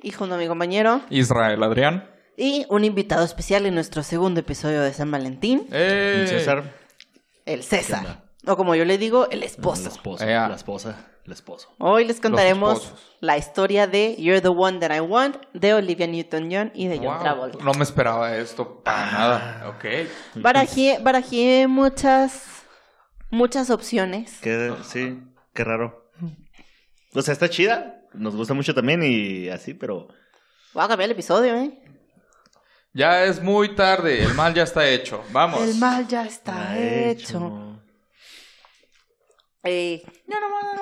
y junto a mi compañero Israel Adrián. y un invitado especial en nuestro segundo episodio de San Valentín, ¡Eh! César. el ¿Qué César, onda? o como yo le digo, el La esposo. esposa. Ea. La esposa. El esposo. Hoy les contaremos esposos. la historia de You're the One That I Want de Olivia Newton-John y de John Wow, Travolta. No me esperaba esto para nada. Ok. Barajé, barajé eh, muchas, muchas opciones. Qué, sí, qué raro. O sea, está chida. Nos gusta mucho también y así, pero. Voy a cambiar el episodio, ¿eh? Ya es muy tarde. El mal ya está hecho. Vamos. El mal ya está la he hecho. Eh,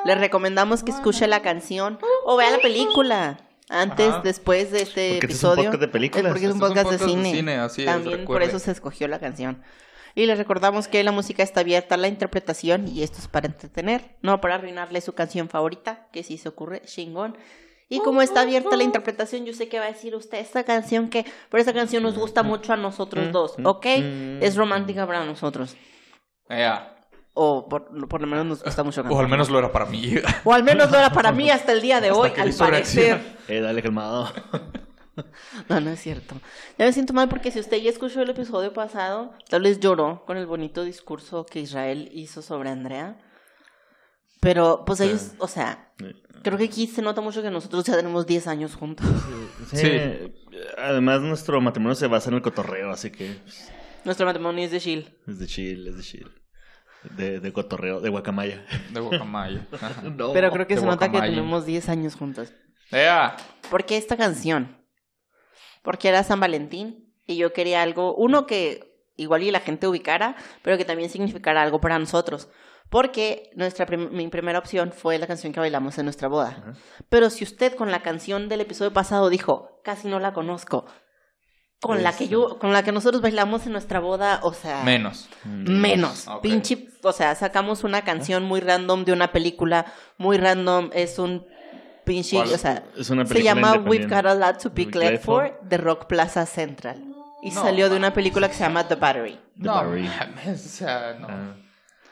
les recomendamos que escuche la canción o vea la película. Antes, Ajá. después de este Porque este es un episodio. podcast de películas. Eh, Porque es un Este podcast, de cine. así es, También por recuerde. eso se escogió la canción. Y les recordamos que la música está abierta a la interpretación y esto es para entretener, no para arruinarle su canción favorita, que si se ocurre, chingón. Y como está abierta la interpretación, yo sé que va a decir usted esta canción que, pero esta canción nos gusta mucho a nosotros dos, mm, ¿ok? mm. Es romántica para nosotros. Ea. O por, por lo menos nos gusta mucho. O al menos lo era para mí. O al menos no era para mí hasta el día de hoy, que al vi su parecer. reacción. Eh, dale calmado. No, no es cierto. Ya me siento mal porque si usted ya escuchó el episodio pasado, tal vez lloró con el bonito discurso que Israel hizo sobre Andrea. Pero, pues ellos, o sea, creo que aquí se nota mucho que nosotros ya tenemos 10 años juntos. Sí. Sí. Además, nuestro matrimonio se basa en el cotorreo, así que. pues, Nuestro matrimonio es de Shield. Es de chill, es de chill. De, de cotorreo, de guacamaya. De guacamaya. Ajá. No. Pero creo que de se nota que guacamaya. tenemos 10 años juntos. Ea. ¿Por qué esta canción? Porque era San Valentín y yo quería algo, uno que igual y la gente ubicara, pero que también significara algo para nosotros. Porque nuestra prim- mi primera opción fue la canción que bailamos en nuestra boda. Pero si usted con la canción del episodio pasado dijo, casi no la conozco, con la que yo, con la que nosotros bailamos en nuestra boda, o sea, Menos. Mm. menos. Ok. Pinche, o sea, sacamos una canción muy random de una película, muy random, es un pinche, ¿Cuál? o sea, Es una se película llama We've independiente. Got a Lot to Be We've Glad Glad For For. de Rock Plaza Central. Y No, salió de una película que se llama The Battery. The No, Barry. mames, o sea, no. Ah.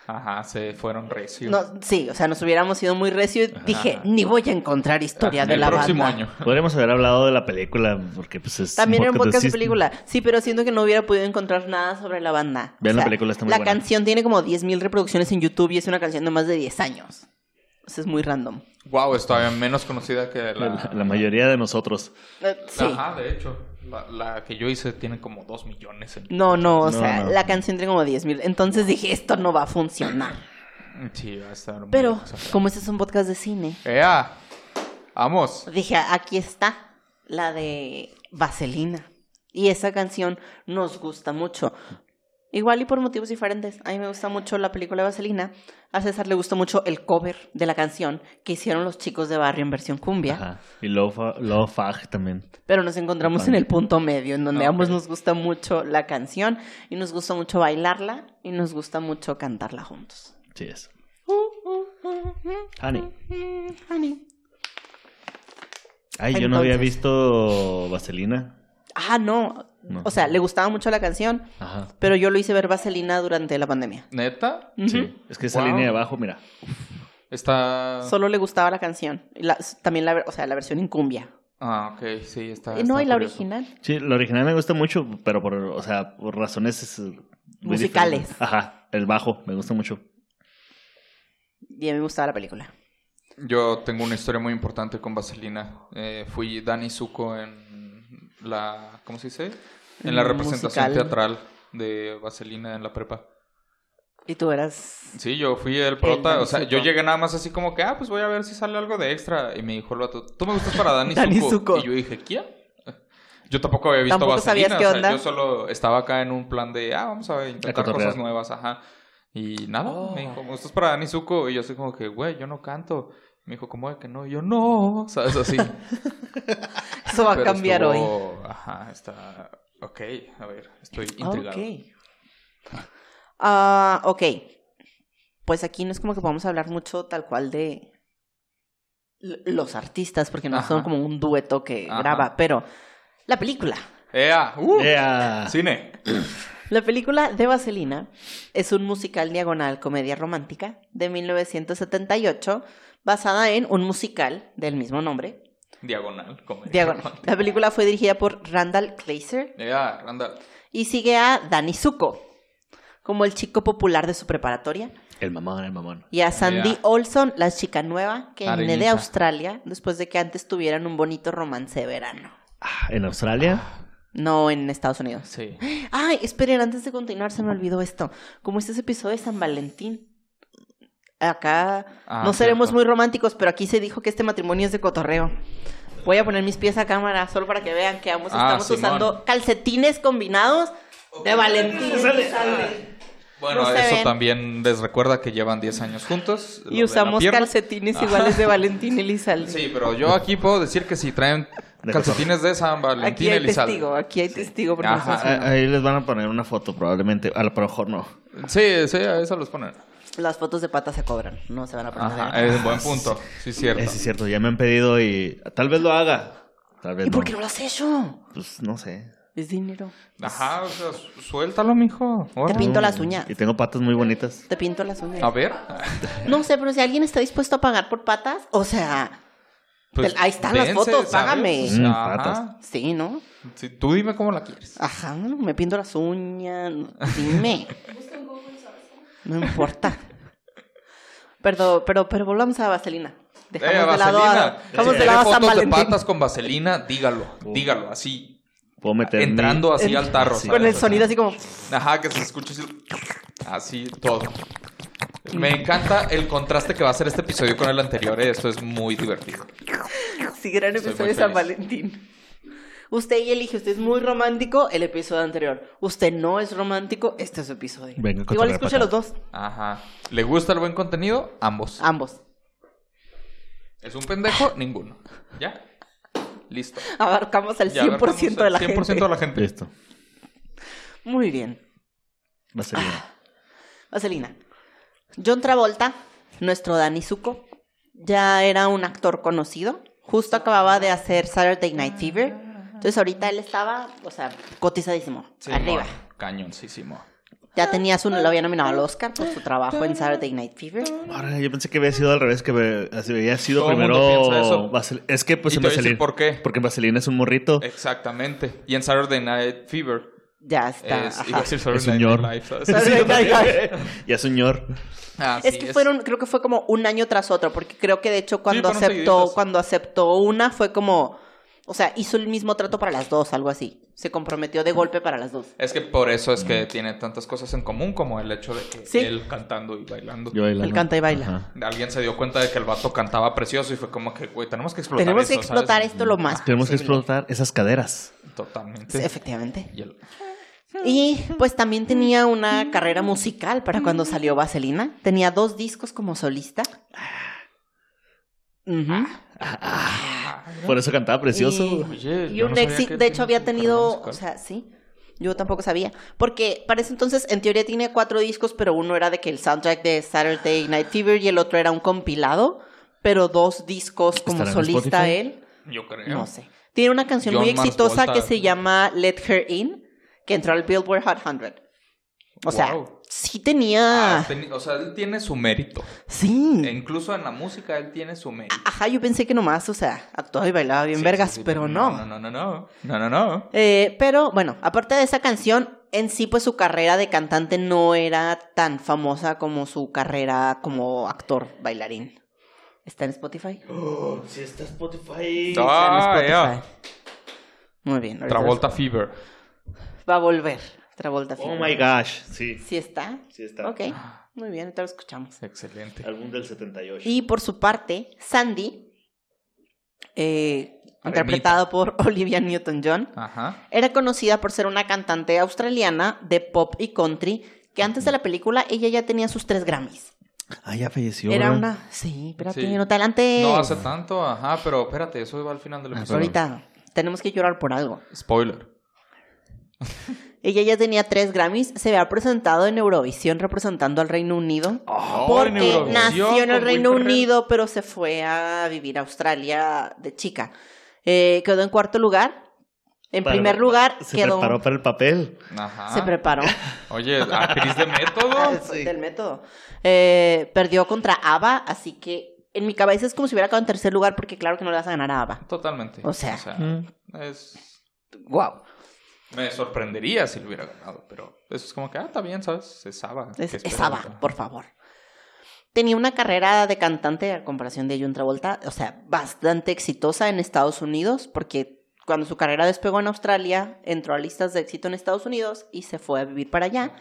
Ajá, se fueron recios. No, sí, o sea, nos hubiéramos ido muy recio y dije, ni voy a encontrar historia de El la próximo banda. año. Podríamos haber hablado de la película, porque pues es. También era un podcast de cis- película. Sí, pero siento que no hubiera podido encontrar nada sobre la banda. Vean la película, está muy La buena. canción tiene como 10.000 reproducciones en YouTube y es una canción de más de 10 años. O sea, es muy random. Wow, es todavía menos conocida que la. La, la mayoría de nosotros. Eh, sí. Ajá, de hecho. La, la que yo hice tiene como dos millones en. No, no, o No, sea, no. la canción tiene como 10.000. Entonces dije, esto no va a funcionar. Sí, va a estar muy Pero, exagerado. como este es un podcast de cine, ¡Ea! ¡Vamos! dije, aquí está la de Vaselina. Y esa canción nos gusta mucho. Igual y por motivos diferentes. A mí me gusta mucho la película de Vaselina. A César le gustó mucho el cover de la canción que hicieron los chicos de barrio en versión cumbia. Ajá. Y Lofa- Lofag también. Pero nos encontramos en el punto medio, en donde Ah, a ambos ok. nos gusta mucho la canción y nos gusta mucho bailarla y nos gusta mucho cantarla juntos. Sí es. Honey. Honey. Ay, yo no había Entonces- visto Vaselina. Ah, no. No. O sea, le gustaba mucho la canción, Ajá. pero yo lo hice ver Vaselina durante la pandemia. ¿Neta? Ujú. Sí. Es que esa Wow. línea de abajo, mira. Está. Solo le gustaba la canción. Y la- también la, ver- o sea, la versión en cumbia. Ah, ok, sí, está. Eh, no, está y la curioso. original. Sí, la original me gusta mucho, pero por, o sea, por razones es, eh, muy Musicales. diferentes. Ajá. El bajo, me gusta mucho. Y a mí me gustaba la película. Yo tengo una historia muy importante con Vaselina. Eh, fui Dani Zuko en la. ¿Cómo se dice? En la Mm, representación musical. teatral de Vaselina en la prepa. Y tú eras. Sí, yo fui el prota. Dani o sea, yo Zuko. llegué nada más así como que, ah, pues voy a ver si sale algo de extra. Y me dijo el vato, tú me gustas para Dani, Dani Zuko. Zuko. Y yo dije, ¿quién? Yo tampoco había visto Tampoco Vaselina. sabías qué o sea, onda. yo solo estaba acá en un plan de, ah, vamos a intentar cotorrear. cosas nuevas, ajá. Y nada, Oh. me dijo, me gustas para Dani Zuko. Y yo así como que, güey, yo no canto. Me dijo, ¿cómo de que no? Y yo, no. ¿Sabes? Así. Eso va a Pero cambiar hoy. estuvo- Ajá, está... Ok, a ver, estoy intrigado. Ok. Ah, ok. Pues aquí no es como que podamos hablar mucho tal cual de l- los artistas, porque no son Ajá. como un dueto que Ajá. graba, pero la película. ¡Ea! ¡Uh! Ea. ¡Cine! La película de Vaselina es un musical diagonal comedia romántica de 1978 basada en un musical del mismo nombre. Diagonal. comedia Diagonal. romántica. La película fue dirigida por Randall Kleiser Ea, Randall. y sigue a Danny Zuko como el chico popular de su preparatoria. El mamón, el mamón. Y a Sandy Ya. Olson, la chica nueva que viene de Arenita. Australia después de que antes tuvieran un bonito romance de verano. Ah, en Australia. No en Estados Unidos. Sí. Ay, esperen, antes de continuar se me olvidó esto. Como este es episodio de San Valentín. Acá Ah, no seremos cierto. muy románticos, pero aquí se dijo que este matrimonio es de cotorreo. Voy a poner mis pies a cámara solo para que vean que ambos Ah, estamos Simón. usando calcetines combinados de Valentín. Sale. Ah. Sale. Bueno, No se eso ven. también les recuerda que llevan 10 años juntos. lo de Y la usamos pierna. Ah. calcetines iguales de Valentín Elizalde. Sí, pero yo aquí puedo decir que si traen De calcetines de San Aquí Valentín hay Elizalde. testigo, aquí hay testigo. porque Ajá. eh, nosotros Ah, Ahí les van a poner una foto probablemente. A lo mejor no. Sí, sí, a eso los ponen. Las fotos de patas se cobran, no se van a poner. eh. Ajá, es buen punto. Sí, cierto. Es Eh, cierto, ya me han pedido y tal vez lo haga. Tal vez ¿Y no. por qué no lo has hecho? Pues no sé. Es dinero. Ajá, o sea, su- suéltalo, mijo. Te Órale. pinto las uñas. Mm. Y tengo patas muy bonitas. Te pinto las A uñas. ver. No sé, pero si alguien está dispuesto a pagar por patas, o sea, Te- ahí están las fotos, págame. Pues, ¿sabes? Mm, Ajá. patas. sí, ¿no? Sí, tú dime cómo la quieres. Ajá, me pinto las uñas. Dime. No importa. Perdón, pero, pero volvamos a Vaselina. Dejamos Eh, de lado vaselina. a, dejamos Si de tiene lado a San fotos de Valentín. patas con vaselina, dígalo, Oh. dígalo, así, Puedo meter. mi- entrando así En- al tarro. sí. Con el ¿sabes? sonido así como. Ajá, que se escuche así, así todo. Mm. Me encanta el contraste que va a hacer este episodio con el anterior, eh, esto es muy divertido. Sí, gran Estoy episodio muy de San feliz. Valentín. Usted y elige, usted es muy romántico el episodio anterior. Usted no es romántico, este es su episodio. Venga, Igual cotorrea escuche para los acá. dos, Ajá. ¿Le gusta el buen contenido? Ambos. ambos. ¿Es un pendejo? Ninguno. ¿Ya? Listo. Abarcamos al Ya, a ver, 100% de la estamos- 100% de gente. la gente. Listo. Muy bien. Va a ser bien. Vaselina. John Travolta, nuestro Danny Zuko, ya era un actor conocido. Justo acababa de hacer Saturday Night Fever. Entonces ahorita él estaba, o sea, cotizadísimo. Simón, arriba. Cañoncísimo. Ya tenía su, lo había nominado al Oscar por su trabajo en Saturday Night Fever. Ahora, yo pensé que había sido al revés, que ve- así había sido Todo el primero. mundo piensa eso. Vasel- Es que pues Y en te voy a decir Vaselina. por Eh, qué. Porque en Vaselina es un morrito. Exactamente. Y en Saturday Night Fever. Ya está. es- Ah, ajá. iba a decir Es Saturday señor. Night Live, ¿sabes? Sí, sí, sí. ya señor. Así Es que fueron, creo que fue como un año tras otro, porque creo que de hecho cuando fueron aceptó, seguiditas. cuando aceptó una fue como, o sea, hizo el mismo trato para las dos, algo así. Se comprometió de golpe para las dos. Es que por eso es que tiene tantas cosas en común, como el hecho de que Sí. él cantando y bailando. Yo bailando. Él canta y baila. Ajá. Alguien se dio cuenta de que el vato cantaba precioso y fue como que, güey, tenemos que explotar Tenemos eso, que explotar ¿sabes? esto lo más. Tenemos que posible. explotar esas caderas. Sí, Totalmente. Efectivamente. Y el- Y pues también tenía una carrera musical para cuando salió Vaselina. Tenía dos discos como solista. Ah. Ujú. Por eso cantaba precioso. Y- Oye, Ah, Y, Pues yo un no sabía éxito. que De hecho, tenía había carrera tenido. musical. O sea, sí. Yo tampoco sabía. Porque para ese entonces, en teoría, tiene cuatro discos, pero uno era de que el soundtrack de Saturday Night Fever y el otro era un compilado. Pero dos discos como ¿Estará en solista Spotify? él. Yo creo. No sé. Tiene una canción John muy exitosa Mars que Volta. se llama Let Her In, que entró al Billboard Hot 100. O sea, Wow. sí tenía. Ah, teni- O sea, él tiene su mérito. Sí. E incluso en la música él tiene su mérito. Ajá, yo pensé que nomás, o sea, actuaba y bailaba bien Ah, Sí, vergas, sí, sí, pero No, no, no, no. No, no, no. Eh, pero bueno, aparte de esa canción, en sí pues su carrera de cantante no era tan famosa como su carrera como actor bailarín. ¿Está en Spotify? si Oh, está Spotify. Ah, Está en ya. Spotify. Muy bien. ahorita Travolta Fever. los- Va a volver. Travolta. Oh Fever. my gosh. Sí. ¿Sí está? Sí está. Ok, muy bien, ahorita lo escuchamos. Excelente. Álbum del 78. Y por su parte, Sandy, eh, Arenita. interpretado por Olivia Newton-John, Ajá. Era conocida por ser una cantante australiana de pop y country que antes de la película ella ya tenía sus tres Grammys. Ah, ya falleció. Era ¿verdad? una... Sí, espérate, Sí. no te adelantes. No hace tanto, ajá, pero espérate, eso va al final del Ah, episodio. Eh. Ahorita. Tenemos que llorar por algo. Spoiler. Ella ya tenía tres Grammys, se había presentado en Eurovisión representando al Reino Unido. Oh, en Porque Eurovisión nació en el con Reino Will Ferrell. Unido, pero se fue a vivir a Australia de chica. Eh, quedó en cuarto lugar. En Para- primer lugar Se quedó. preparó para el papel. Ajá. Se preparó. Oye, actriz de método. Después del método. Eh, perdió contra Ava, así que en mi cabeza es como si hubiera quedado en tercer lugar, porque claro que no le vas a ganar a Ava. Totalmente. O sea, mm. es- Wow. me sorprendería si lo hubiera ganado, pero eso es como que, ah, está bien, ¿sabes? Es Saba. Es, es ABBA, por favor. Tenía una carrera de cantante a comparación de John Travolta, o sea, bastante exitosa en Estados Unidos, porque cuando su carrera despegó en Australia, entró a listas de éxito en Estados Unidos y se fue a vivir para allá.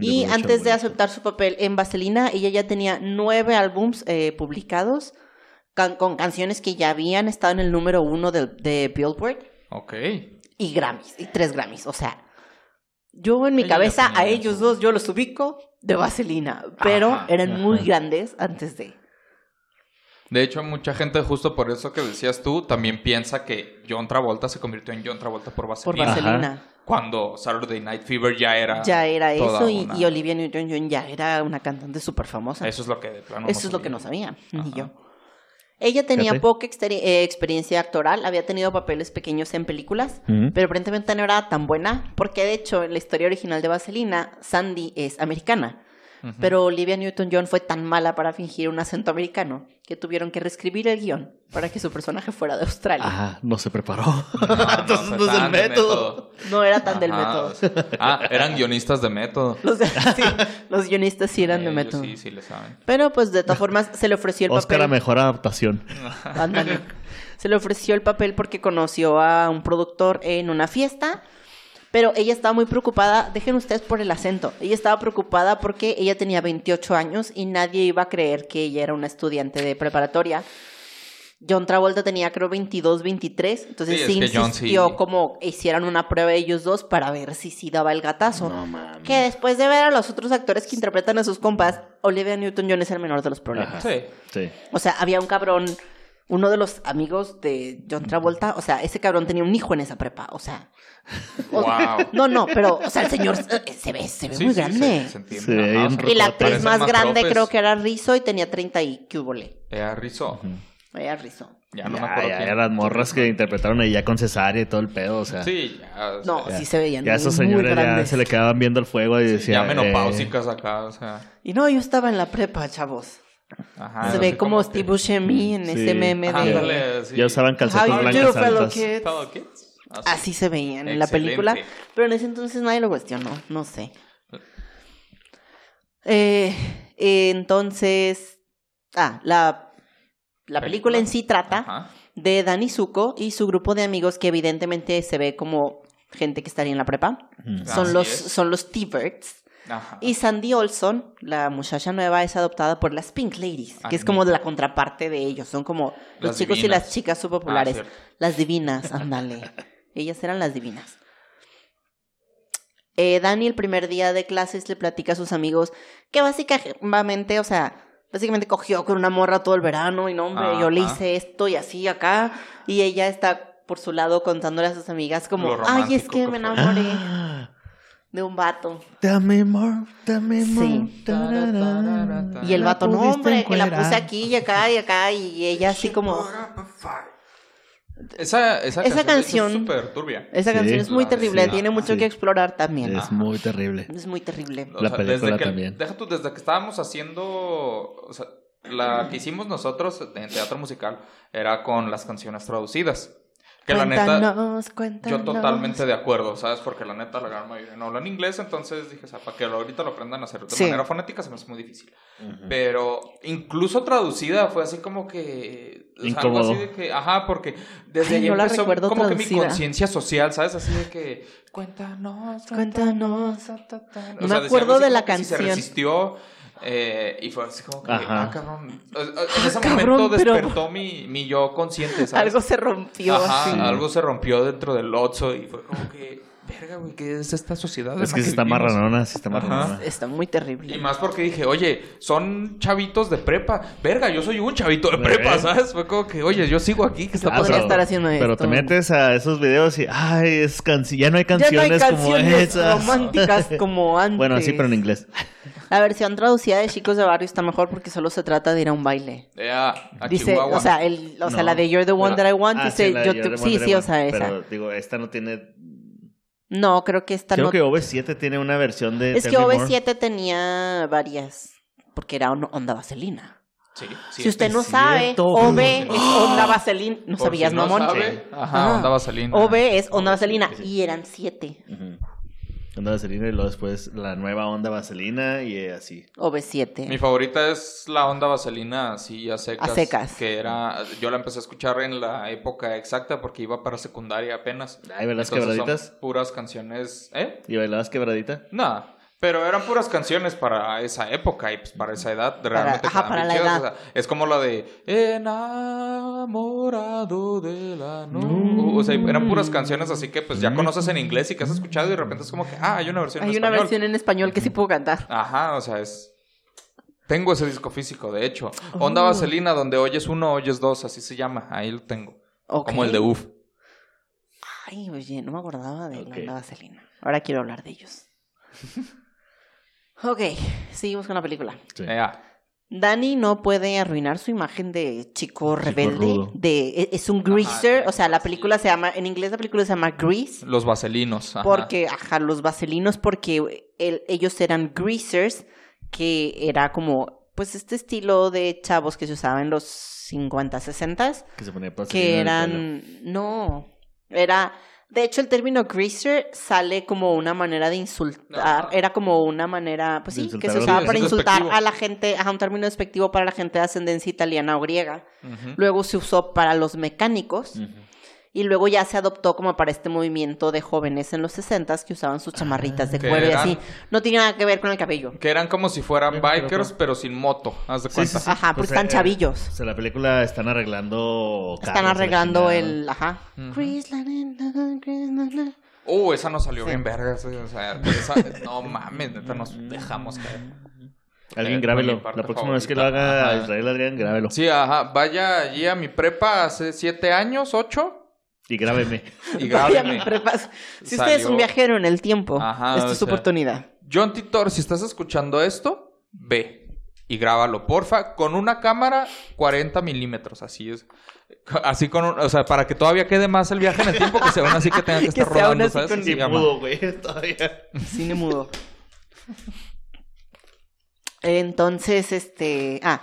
Y Llegó mucho antes de bonito. aceptar su papel en Vaselina, ella ya tenía nueve álbums eh, publicados can- con canciones que ya habían estado en el número uno del- de Billboard Ok. y Grammys, y tres Grammys. O sea, yo en mi Ella ya cabeza a tenía ellos su- dos yo los ubico de vaselina, pero Ajá, eran ajá. muy grandes antes de. De hecho, mucha gente, justo por eso que decías tú, también piensa que John Travolta se convirtió en John Travolta por Por Vaselina. vaselina. Cuando Saturday Night Fever ya era. Ya era toda eso, y, una- y Olivia Newton-John ya era una cantante súper famosa. Eso, Eso es lo que de plano es lo que no sabía. sabía, ni Ajá. yo. Ella tenía Fíjate. poca exteri- eh, experiencia actoral, había tenido papeles pequeños en películas, Ujú. pero aparentemente no era tan buena, porque de hecho en la historia original de Vaselina, Sandy es americana. Ujú. Pero Olivia Newton-John fue tan mala para fingir un acento americano que tuvieron que reescribir el guión para que su personaje fuera de Australia. Ah, no se preparó. No, no, Entonces pues, fue no es el tan de método. No era tan del Ajá. método. Ah, eran guionistas de método. Eh, Los, sí, los guionistas sí eran de Ellos método. Sí, sí, le saben. Pero pues de todas formas se le ofreció el Oscar a papel. mejor adaptación. Ándale. Se le ofreció el papel porque conoció a un productor en una fiesta. Pero ella estaba muy preocupada, dejen ustedes por el acento, ella estaba preocupada porque ella tenía 28 años y nadie iba a creer que ella era una estudiante de preparatoria. John Travolta tenía creo 22, 23, entonces Sí, es sí que John sí- insistió como hicieran una prueba ellos dos para ver si sí daba el gatazo. mames. Que después de ver a los otros actores que interpretan a sus compas, Olivia Newton-John es el menor de los problemas. Ajá. Sí. Sí. O sea, había un cabrón, uno de los amigos de John Travolta, o sea, ese cabrón tenía un hijo en esa prepa, o sea. o- Wow. No, no, pero, o sea, el señor eh, se ve, se ve Sí, muy sí, grande. se- se entiende. Se ve Ajá, bien pero y la roto, actriz parecen más, grande tropes. creo que era Rizzo y tenía 30 y cúbole. Era Eh, Rizzo. Era Rizzo. Ya no Ya, me acuerdo. ya, quién. ya las morras que interpretaron ahí ya con cesárea y todo el pedo, o sea. Sí, ya. o No, sea, sí se veían Ya muy, esos muy señores ya grandes. se le quedaban viendo el fuego y ya decían. menopáusicas acá, o sea. Y no, yo estaba en la prepa, chavos. Ajá, se Ah, no ve sé, como que- Steve Buscemi en Sí. ese meme Ajá, de... ándale, sí. eh, Ya usaban calcetas How you do, blancas fellow altas. kid? Todo Ah, kids. Así. Así se veían en la Excelente. Mm. película. Pero en ese entonces nadie lo cuestionó, no sé. Eh, eh, entonces, ah, la, la película en sí trata Ajá. de Dani Zuko y su grupo de amigos que evidentemente se ve como gente que estaría en la prepa. Ujú. Son Así los, es. son los T-Birds. Ajá. Y Sandy Olson, la muchacha nueva, es adoptada por las Pink Ladies, que es como la contraparte de ellos. Son como los Las chicos y divinas. las chicas subpopulares. Ah, cierto. las divinas, ándale. Ellas eran las divinas. Eh, Dani el primer día de clases le platica a sus amigos que básicamente, o sea, básicamente cogió con una morra todo el verano y no, hombre, yo le Ajá. hice esto y así acá. Y ella está por su lado contándole a sus amigas como, Lo ay, es romántico que que me fue". enamoré Ah, de un vato. Dame more, dame Sí. more. tararara. Y el Ah, La vato, no, pudiste hombre, que la encuerar". puse aquí y acá y acá. Y ella así como... Esa, esa, Esa canción, de hecho, canción- es súper turbia. Esa Sí. canción es muy Ah, terrible, sí. tiene mucho Sí. que explorar también. Es muy terrible. Es muy terrible. O La sea, película desde que, también. Deja tú, desde que estábamos haciendo. O sea, la que hicimos nosotros en teatro musical era con las canciones traducidas. Que la neta. cuéntanos, cuéntanos. Yo totalmente de acuerdo, ¿sabes? Porque la neta, la gran mayoría no hablan inglés, entonces dije, o sea, para que lo- ahorita lo aprendan a hacer de Sí. manera fonética se me hace muy difícil. Pero incluso traducida fue así como que... o sea, Incómodo. algo así de que, ajá, porque desde Ay, ahí no la empezó recuerdo como que mi traducida. conciencia social, ¿sabes? Así de que, cuéntanos, Cuéntanos. ta, ta, ta". No me decía algo acuerdo así de la como que si canción. se resistió eh, y fue así como que, Ajá. ah, cabrón. O- o- En ese Ah, cabrón, momento pero- despertó mi, mi yo consciente, ¿sabes? Algo se rompió Ajá, así. algo se rompió dentro del Otso y fue como que verga, güey, ¿qué es esta sociedad? en Es la que sí está vivimos? marranona, sí está marranona. Está muy Y terrible. más porque dije, oye, son chavitos de prepa. Verga, yo soy un chavito de Eh. prepa, ¿sabes? Fue como que, oye, yo sigo aquí, ¿qué está Ah, podría pasando? estar haciendo Pero esto. te metes a esos videos y, ay, es canci- ya no hay Ya no canciones, hay como canciones esas. románticas como antes. Bueno, sí, pero en inglés. La versión traducida de Chicos de Barrio está mejor porque solo se trata de ir a un baile. Ya, Eh, a Dice, Chihuahua. o sea, el, o sea, No. la de You're the One That Pero- I Want, Ah, dice, la de eh, yo Yo te- le sí, mandaré sí, o más. sea, esa. Pero digo, esta no tiene. No, creo que esta Creo no. que OV7 tiene una versión de. es Tell que Me More. OV7 tenía varias, porque era on- onda vaselina. Sí, sí, si usted no es sabe, cierto. OV es onda vaselina. No por si sabías, no mamón. sabe, Sí. Ajá, Ajá. onda vaselina. OV es onda vaselina. sí, sí. Y eran siete. Ujú. Onda vaselina y luego después la nueva onda vaselina y eh, así. Mi OV7. favorita es la onda vaselina así a secas. A secas. Que era, yo la empecé a escuchar en la época exacta porque iba para secundaria apenas. Ay, ¿bailabas Entonces, son quebraditas? Puras canciones, ¿eh? ¿Y bailabas quebradita? Nada. Pero eran puras canciones para esa época y pues para esa edad realmente ajá, quedaban para bien la chidas, edad. o sea, es como la de enamorado de la no. No. O sea, eran puras canciones así que pues ya conoces en inglés y que has escuchado y de repente es como que, ah, hay una versión en Hay una español. versión en español que sí puedo cantar. Ajá, o sea, es. Tengo ese disco físico, de hecho. Onda Oh. Vaselina, donde oyes uno, oyes dos, así se llama. Ahí lo tengo. Ok. Como el de UF. Ay, oye, no me acordaba de Ok. la onda vaselina. Ahora quiero hablar de ellos. ok, seguimos con la película. Sí. Ea. Dani no puede arruinar su imagen de chico rebelde. rudo. de, e- es un greaser. o sea, la película se llama, en inglés la película se llama Grease. Los Vaselinos. ajá. Porque, ajá, los vaselinos, porque el- ellos eran greasers, que era como, pues este estilo de chavos que se usaba en los 50, 60 Que se ponía plastilina en que el eran no era de hecho el término greaser sale como una manera de insultar Ajá. era como una manera pues De sí que se insultar a los usaba demás. para Sí, es insultar despectivo. a la gente a un término despectivo para la gente de ascendencia italiana o griega Ujú. luego se usó para los mecánicos pelo. Ujú. y luego ya se adoptó como para este movimiento de jóvenes en los 60 que usaban sus chamarritas Ah, de que cuero y eran- así no tiene nada que ver con el cabello Que eran como si fueran Pero, pero, bikers, pero- pero sin moto. Haz de Sí, cuenta. sí, sí. ajá pues Pues, están eh, chavillos O sea, la película están arreglando. carros, están la arreglando chingada. el ajá Ujú. Grease, la, la, la, Grease, la, la. Uh, esa nos salió Sí. bien verga. sí, o sea, esa- no mames, neta, nos Mm. dejamos caer. Alguien Eh, grábelo. mi La parte próxima vez que lo favorita. haga Ajá. Israel Adrián, grábelo. Sí, ajá. Vaya allí a mi prepa hace siete años, ocho. Y grábeme. Y Vaya, grábenme. me prepas- Si usted Salió. es un viajero en el tiempo, Ajá, esta o es su sea. oportunidad. John Titor, si estás escuchando esto, ve y grábalo, porfa, con una cámara 40 milímetros, así es. Así con, un- o sea, para que todavía quede más el viaje en el tiempo, que sea aún así que tenga que, Que estar sea aún rodando, así ¿sabes? con Sí, Y llama. pudo, güey, todavía. Cine mudo. Entonces, este. Ah.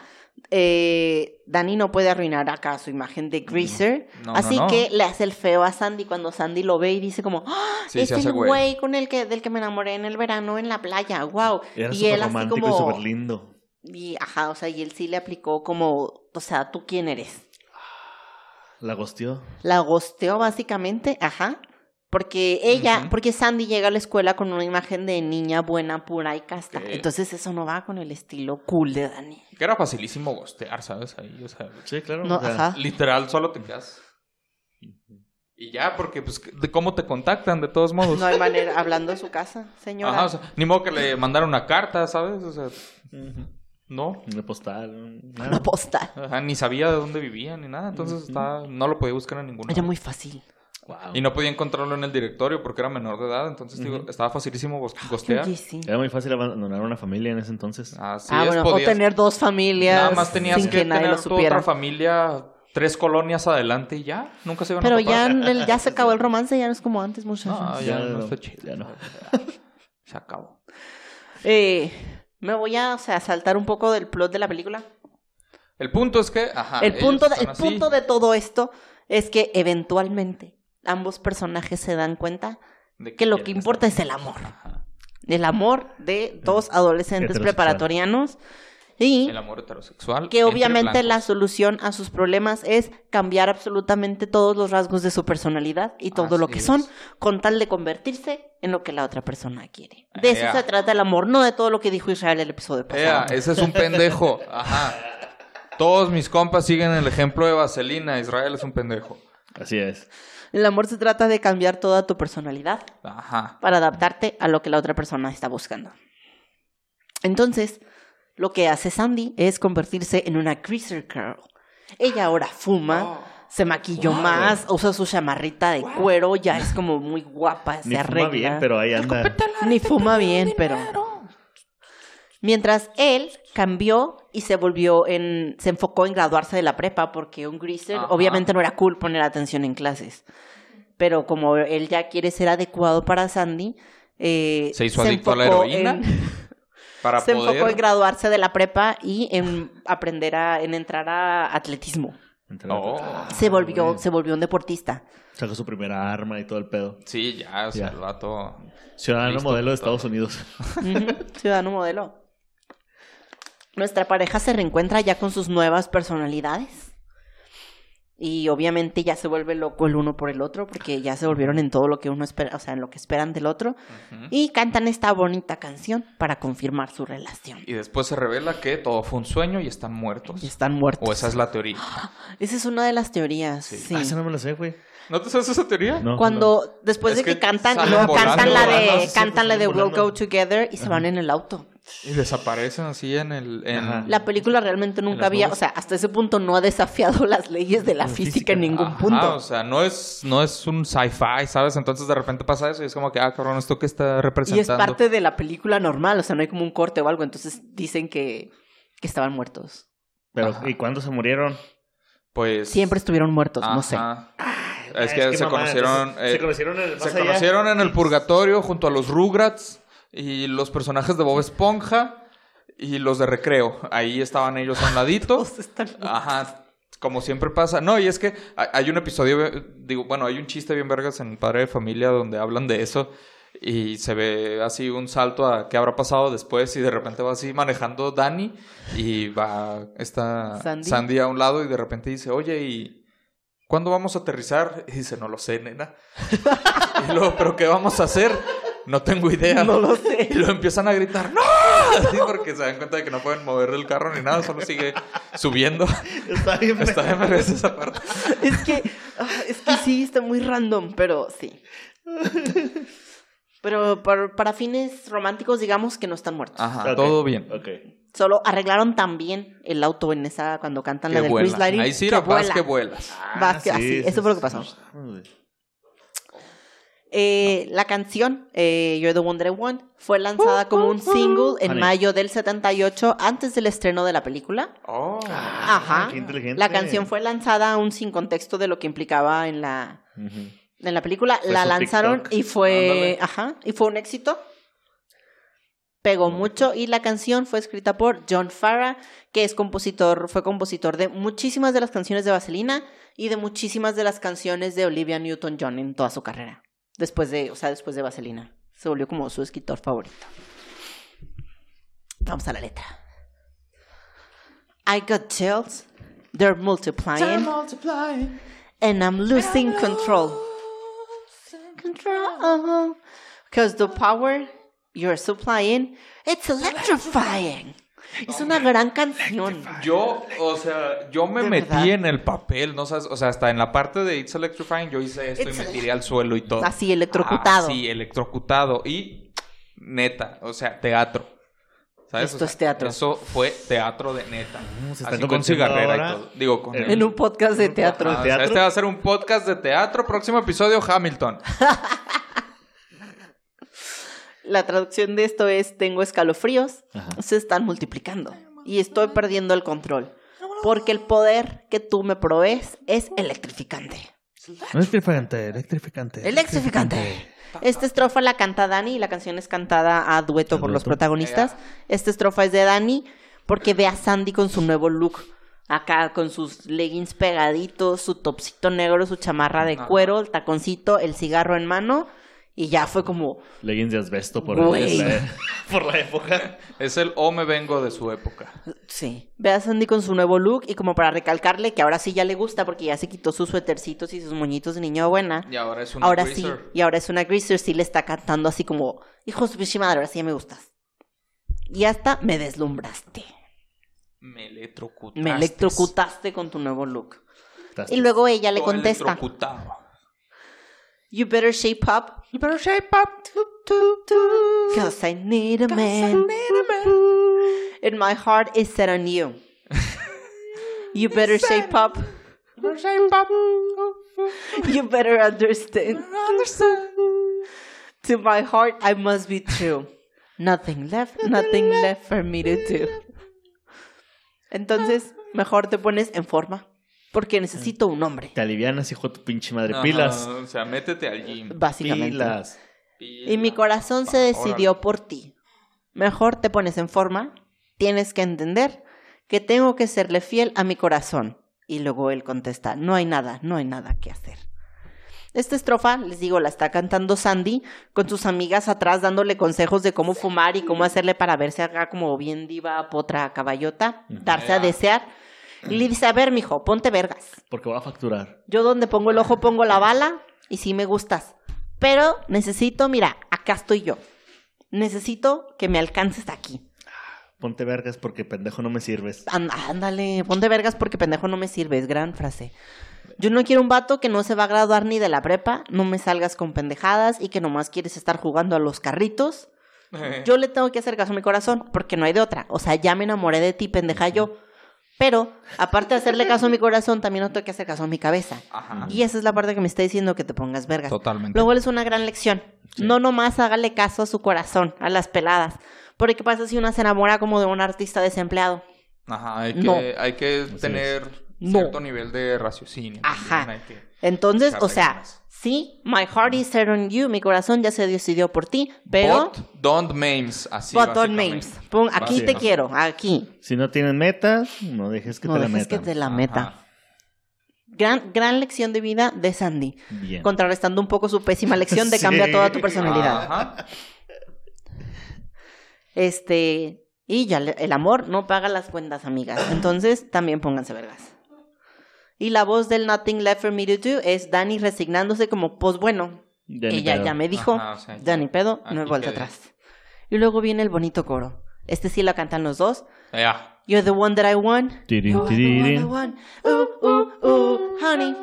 eh, Dani no puede arruinar acá su imagen de Greaser. No, no, así no. que le hace el feo a Sandy cuando Sandy lo ve y dice como ¡Ah! Sí, es se hace el güey". güey con el que, del que me enamoré en el verano en la playa. Wow. Era y súper él así romántico y como. súper lindo. y ajá, o sea, y él sí le aplicó como. O sea, ¿tú quién eres? La gosteó. La gosteó básicamente, ajá. Porque ella, Ujú. porque Sandy llega a la escuela con una imagen de niña buena, pura y casta. Sí. Entonces eso no va con el estilo cool de Dani. Que era facilísimo gostear, ¿sabes? Ahí, o sea, Sí, claro. No, o sea, ajá. literal, solo te quedas. Y ya, porque, pues, ¿de cómo te contactan? De todos modos. No hay manera, hablando de su casa, señora. Ajá, o sea, ni modo que le mandaron una carta, ¿sabes? O sea, no. Una postal. nada. Una postal. Ajá, ni sabía de dónde vivía ni nada, entonces estaba- no lo podía buscar en ningún Era lado. muy fácil. Wow. Y no podía encontrarlo en el directorio porque era menor de edad, entonces digo, Ujú. estaba facilísimo bos- Ah, gostear. Oye, sí. Eh, Era muy fácil abandonar una familia en ese entonces. Así ah, es, bueno, podías- o tener dos familias nada más tenías sin que, que, nadie tener lo tu otra supiera. familia tres colonias adelante y ya, nunca se iban Pero a topar. ya, el- ya se acabó el romance, ya no es como antes, muchachos. No, ya, Ya no, no, está chido. ya no. Se acabó. Eh, me voy a, o sea, saltar un poco del plot de la película. El punto es que, ajá, el Ah, ellos punto, de, están el así. punto de todo esto es que eventualmente ambos personajes se dan cuenta De que lo quieren que estar importa es el juntos. amor. Ajá. del amor de dos adolescentes Heterosexual. preparatorianos y El amor heterosexual. que entre obviamente blancos. la solución a sus problemas es cambiar absolutamente todos los rasgos de su personalidad y todo lo Así que es. son con tal de convertirse en lo que la otra persona quiere. De eso Ea. se trata el amor, no de todo lo que dijo Israel el episodio Ea, pasado. ese es un pendejo. Ajá. Todos mis compas siguen el ejemplo de Vaselina. Israel es un pendejo. Así es. El amor se trata de cambiar toda tu personalidad Ajá. para adaptarte a lo que la otra persona está buscando. Entonces, lo que hace Sandy es convertirse en una greaser girl. Ella ahora fuma, se maquilló Wow. más, usa su chamarrita de cuero, ya es como muy guapa, se Ni arregla. fuma bien, pero ahí anda. Ni fuma bien, pero. Mientras él cambió y se volvió en. se enfocó en graduarse de la prepa, porque un greaser Ajá. obviamente no era cool poner atención en clases. Pero como él ya quiere ser adecuado para Sandy, eh, Se hizo adicto a la enfocó heroína en- Para se enfocó en poder... graduarse de la prepa y en aprender a, en entrar a atletismo. Oh. Se volvió, Ah, güey. se volvió un deportista. Sacó su primera arma y todo el pedo. Sí, ya, o sea, Ya. el vato... Ciudadano Listo, modelo de todo. Estados Unidos. Ujú, Ciudadano modelo. Nuestra pareja se reencuentra ya con sus nuevas personalidades. Y obviamente ya se vuelve loco el uno por el otro, porque ya se volvieron en todo lo que uno espera, o sea, en lo que esperan del otro. Ujú. Y cantan esta bonita canción para confirmar su relación. Y después se revela que todo fue un sueño y están muertos. Y están muertos. O esa es la teoría. Esa es una de las teorías. Sí. sí. Ah, esa no me la sé, güey. ¿No te sabes esa teoría? No, no. Cuando después Es de que, que cantan, y salen luego volando, cantan la volando, de Ah, sí, cantan la de salen We'll volando. Go Together y se van en el auto. Y desaparecen así en el... en- Ajá. La película realmente nunca las había, o nubes. sea, hasta ese punto no ha desafiado las leyes de la La física, física, en ningún Ajá, punto. o sea, no es, no es un sci-fi, ¿sabes? Entonces de repente pasa eso y es como que, ah, cabrón, ¿esto qué está y es representando? parte de la película normal, o sea, no hay como un corte o algo, entonces dicen que, que estaban muertos. Pero, Ajá. ¿y cuándo se murieron? Pues... Siempre estuvieron muertos, no sé. ajá. Es que se Ah, mamá, conocieron, entonces, eh, se conocieron en el más Se allá. conocieron en el purgatorio junto a los Rugrats y los personajes de Bob Esponja y los de Recreo. Ahí estaban ellos a un ladito. Todos están muertos. Ah, Ajá, como siempre pasa. No, y es que hay- hay un episodio, eh, digo, bueno, hay un chiste bien vergas en Padre de Familia donde hablan de eso y se ve así un salto a qué habrá pasado después y de repente va así manejando Dani y va esta Sandy. Sandy, a un lado y de repente dice, oye, ¿y cuándo vamos a aterrizar? Y dice, no lo sé, nena. y luego, ¿pero qué vamos a hacer? No tengo idea. No lo Y sé. lo empiezan a gritar, ¡No! Así porque se dan cuenta de que no pueden mover el carro ni nada, solo sigue subiendo. Está bien, Está de vergas esa parte. es que ah, es que sí está muy random, pero sí. Pero para, para fines románticos, digamos que no están muertos. Ajá, Ok. todo bien. Ok. Solo arreglaron también el auto en esa cuando cantan la Que del vuela. Chris Lighting. Ahí sí la vas que vuelas. Va, que- así, eso fue lo que pasó. Eh, La canción, eh, You're the One That I Want, fue lanzada como un single en Honey. mayo del 78, antes del estreno de la película. Oh. Ajá. qué inteligente. La canción fue lanzada aún sin contexto de lo que implicaba en la, Ujú. en la película. Fue la su lanzaron TikTok. y fue. Ándale. Ajá. Y fue un éxito. Pegó mucho. Y la canción fue escrita por John Farah, que es compositor, fue compositor de muchísimas de las canciones de Vaselina y de muchísimas de las canciones de Olivia Newton John en toda su carrera. Después de, o sea, después de Vaselina. Se volvió como su escritor favorito. Vamos a la letra. I got chills. They're multiplying. and I'm losing control. Control. Because the power you're supplying, it's electrifying. Es una gran canción. Yo, o sea, yo me De metí verdad. en el papel, ¿no sabes? O sea, hasta en la parte de It's Electrifying yo hice esto It's y me tiré al suelo y todo. Así, electrocutado. Ah, sí, electrocutado. Y neta, o sea, teatro. ¿Sabes? Esto O sea, es teatro. Eso fue teatro de neta. Mm, se están Así con convirtiendo cigarrera ahora y todo. Digo, con en En un podcast de teatro. Ah, o sea, ¿Teatro? este va a ser un podcast de teatro. Próximo episodio, Hamilton. La traducción de esto es, tengo escalofríos, Ajá. se están multiplicando y estoy perdiendo el control. Porque el poder que tú me provees es electrificante. Electrificante, electrificante. Electrificante. Esta estrofa la canta Dani y la canción es cantada a dueto por los dueto. protagonistas. Esta estrofa es de Dani porque ve a Sandy con su nuevo look. Acá con sus leggings pegaditos, su topsito negro, su chamarra de Ajá. cuero, el taconcito, el cigarro en mano. Y ya fue como, Leggings de asbesto por, Güey. la- por la época. Es el o me vengo de su época. sí. Ve a Sandy con su nuevo look y como para recalcarle que ahora sí ya le gusta porque ya se quitó sus suetercitos y sus moñitos de niña buena. Y ahora es un ahora sí, greaser. y ahora es una greaser, sí le está cantando así como, hijo de su pinche madre, ahora sí ya me gustas. Y hasta me deslumbraste. Me electrocutaste. Me electrocutaste con tu nuevo look. Y luego ella le O contesta. electrocutado. You better shape up. You better shape up. Cause I need a man. And my heart is set on you. You better shape up. You better understand. To my heart, I must be true. Nothing left, nothing left for me to do. Entonces, mejor te pones en forma. Porque necesito un hombre. Te alivianas, hijo de tu pinche madre. Ajá, Pilas. O sea, métete al gym. Básicamente. Pilas. Y mi corazón se decidió por ti. Mejor te pones en forma. Tienes que entender que tengo que serle fiel a mi corazón. Y luego él contesta, no hay nada, no hay nada que hacer. Esta estrofa, les digo, la está cantando Sandy con sus amigas atrás dándole consejos de cómo fumar y cómo hacerle para verse acá como bien diva, potra, caballota, darse a Ya. desear. Y le dice, a ver, mijo, ponte vergas. Porque va a facturar. Yo donde pongo el ojo pongo la bala y si me gustas. Pero necesito, mira, acá estoy yo. Necesito que me alcances aquí. Ponte vergas porque pendejo no me sirves. An- ándale, ponte vergas porque pendejo no me sirves. Gran frase. Yo no quiero un vato que no se va a graduar ni de la prepa, no me salgas con pendejadas y que nomás quieres estar jugando a los carritos. Yo le tengo que hacer caso a mi corazón, porque no hay de otra. O sea, ya me enamoré de ti, pendeja yo. Pero, aparte de hacerle caso a mi corazón, también no tengo que hacer caso a mi cabeza. Ajá. Y esa es la parte que me está diciendo que te pongas vergas. Totalmente. Luego es una gran lección. No nomás hágale caso a su corazón, a las peladas. Porque qué pasa si una se enamora como de un artista desempleado. Ajá, hay que, No. hay que es. tener No. cierto nivel de raciocinio. Ajá. también, hay que- Entonces, o Sabe sea, más. sí, my heart is set on you, mi corazón ya se decidió por ti, pero But don't memes, así but on básicamente. names. Pon, aquí te Básicamente. quiero, aquí. Si no tienen meta, no dejes que no te la dejes que metan. te la Ajá. meta. Gran, gran lección de vida de Sandy, Bien. contrarrestando un poco su pésima lección de Sí. cambia toda tu personalidad. Ajá. Este, y ya le- el amor no paga las cuentas, amigas. Entonces, también pónganse vergas. Y la voz del Nothing Left for Me to Do es Dani resignándose como, pues bueno, Ya ni ella pedo. ya me dijo, Ajá, o sea, ya ni pedo, aquí no hay vuelta quedé. atrás. Y luego viene el bonito coro. Este sí la cantan los dos. Ya. You're the one that I want. Tirin, You're the one I tiririn, want. Ooh, ooh, ooh, honey.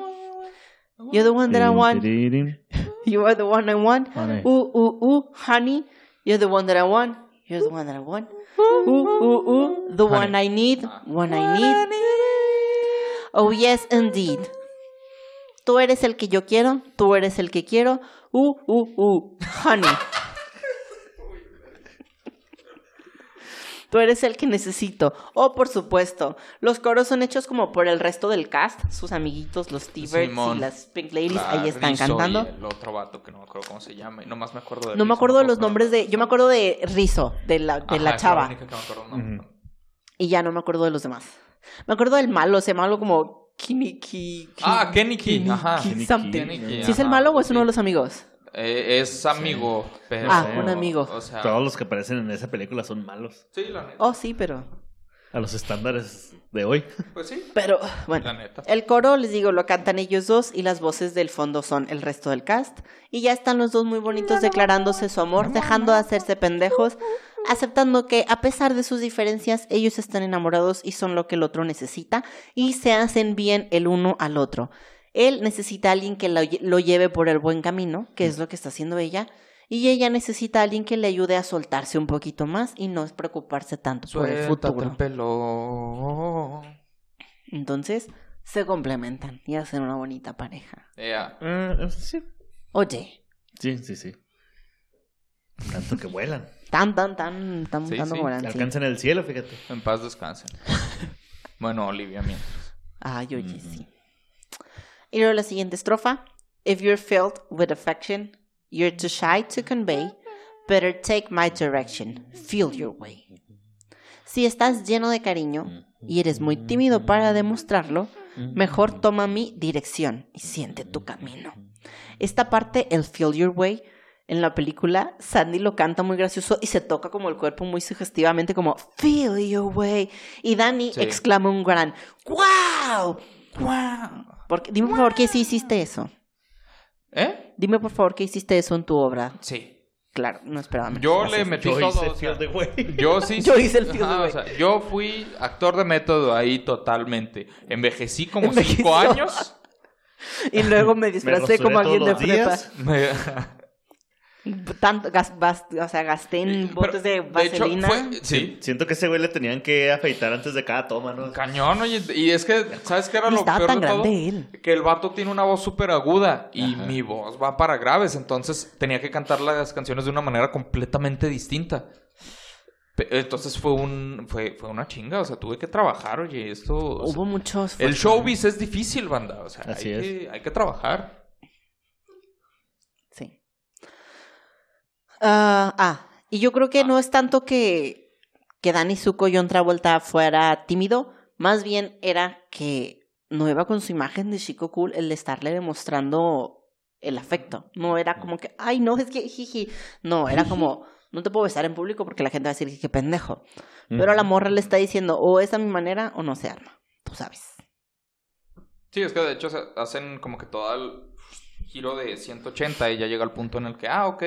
You're the one that I tirin, want. tiririn. You are the one I want. Honey. Ooh, ooh, ooh, honey. You're the one that I want. You're the one that I want. Ooh, ooh, ooh. The one I need. One I need. Oh, yes, indeed. Tú eres el que yo quiero. Tú eres el que quiero. Ooh, ooh, ooh, honey. Tú eres el que necesito. Oh, por supuesto. Los coros son hechos como por el resto del cast. Sus amiguitos, los T-Birds y Simón. las Pink Ladies, La ahí están Rizzo y cantando. El otro vato que no me acuerdo cómo se llama. y Nomás me acuerdo de No me Rizzo, acuerdo de los pero- nombres de. Yo me acuerdo de Rizo, de la, de Ajá, la es chava. única que me acuerdo, ¿no? Ujú. Y ya no me acuerdo de los demás. Me acuerdo del malo, ese malo como. Kiniki. Kin- Ah, Kenny Key. Ajá. Kiniki something. Kiniki, ¿Sí es el ajá, malo o es uno sí. de los amigos? Eh, es amigo, pero. Ah, un amigo. O sea, Todos los que aparecen en esa película son malos. sí, la neta. Oh, sí, pero. A los estándares de hoy. Pues sí. Pero, bueno. La neta. El coro, les digo, lo cantan ellos dos y las voces del fondo son el resto del cast. Y ya están los dos muy bonitos declarándose su amor, dejando de hacerse pendejos, aceptando que a pesar de sus diferencias, ellos están enamorados y son lo que el otro necesita y se hacen bien el uno al otro. Él necesita a alguien que lo, lle- lo lleve por el buen camino, que es lo que está haciendo ella. Y ella necesita a alguien que le ayude a soltarse un poquito más y no preocuparse tanto por el Suéltate futuro. el pelo. Entonces, se complementan y hacen una bonita pareja. Ya. Ah, pues sí. Oye, Sí, sí, sí. Tanto que vuelan. tan, tan, tan, tan, Sí, tan sí, como eran, Ah, sí. Alcanzan el cielo, fíjate. En paz descansen. bueno, Olivia, mientras. Ay, oye, sí. Y luego la siguiente estrofa. If you're filled with affection, you're too shy to convey, better take my direction, feel your way. Si estás lleno de cariño y eres muy tímido para demostrarlo, mejor toma mi dirección y siente tu camino. Esta parte, el feel your way, en la película Sandy lo canta muy gracioso y se toca como el cuerpo muy sugestivamente como feel your way y Dani Sí. exclama un gran wow, wow. Porque, dime por favor que sí hiciste eso. ¿Eh? Dime por favor que hiciste eso en tu obra. Sí. Claro, no esperaba menos. Yo Gracias. le metí Yo todo. hice o sea, fiel de güey. yo sí. Yo hice el fiel de Ajá, güey. o sea, yo fui actor de método ahí totalmente. Envejecí como Envejeció. cinco años. Y luego me Me disfracé rasuré como todos alguien de los prepa. días. Me- Tanto, gas- bas- o sea, gasté en Pero, botes de vaselina. De hecho, fue, sí. Siento que ese güey le tenían que afeitar antes de cada toma, ¿no? Cañón, oye. Y es que, ¿sabes qué era No lo estaba peor tan de todo? grande él. Que el vato tiene una voz súper aguda y Ajá. mi voz va para graves. Entonces tenía que cantar las canciones de una manera completamente distinta. Pe- Entonces fue un fue, fue una chinga, o sea, tuve que trabajar, oye, esto... o sea, Hubo muchos. el showbiz es difícil, banda, o sea, Así hay, es. que, hay que trabajar. Sí. Ah, ah, y yo creo que no es tanto que, que Danny Zuko John Travolta fuera tímido, más bien era que no iba con su imagen de chico cool el estarle demostrando el afecto. No era como que, ay, no, es que jiji. No, era como, no te puedo besar en público porque la gente va a decir que pendejo. Mm. Pero la morra le está diciendo, o es a mi manera o no se arma. Tú sabes. Sí, es que de hecho se hacen como que todo el giro de 180 y ya llega al punto en el que, ah, ok,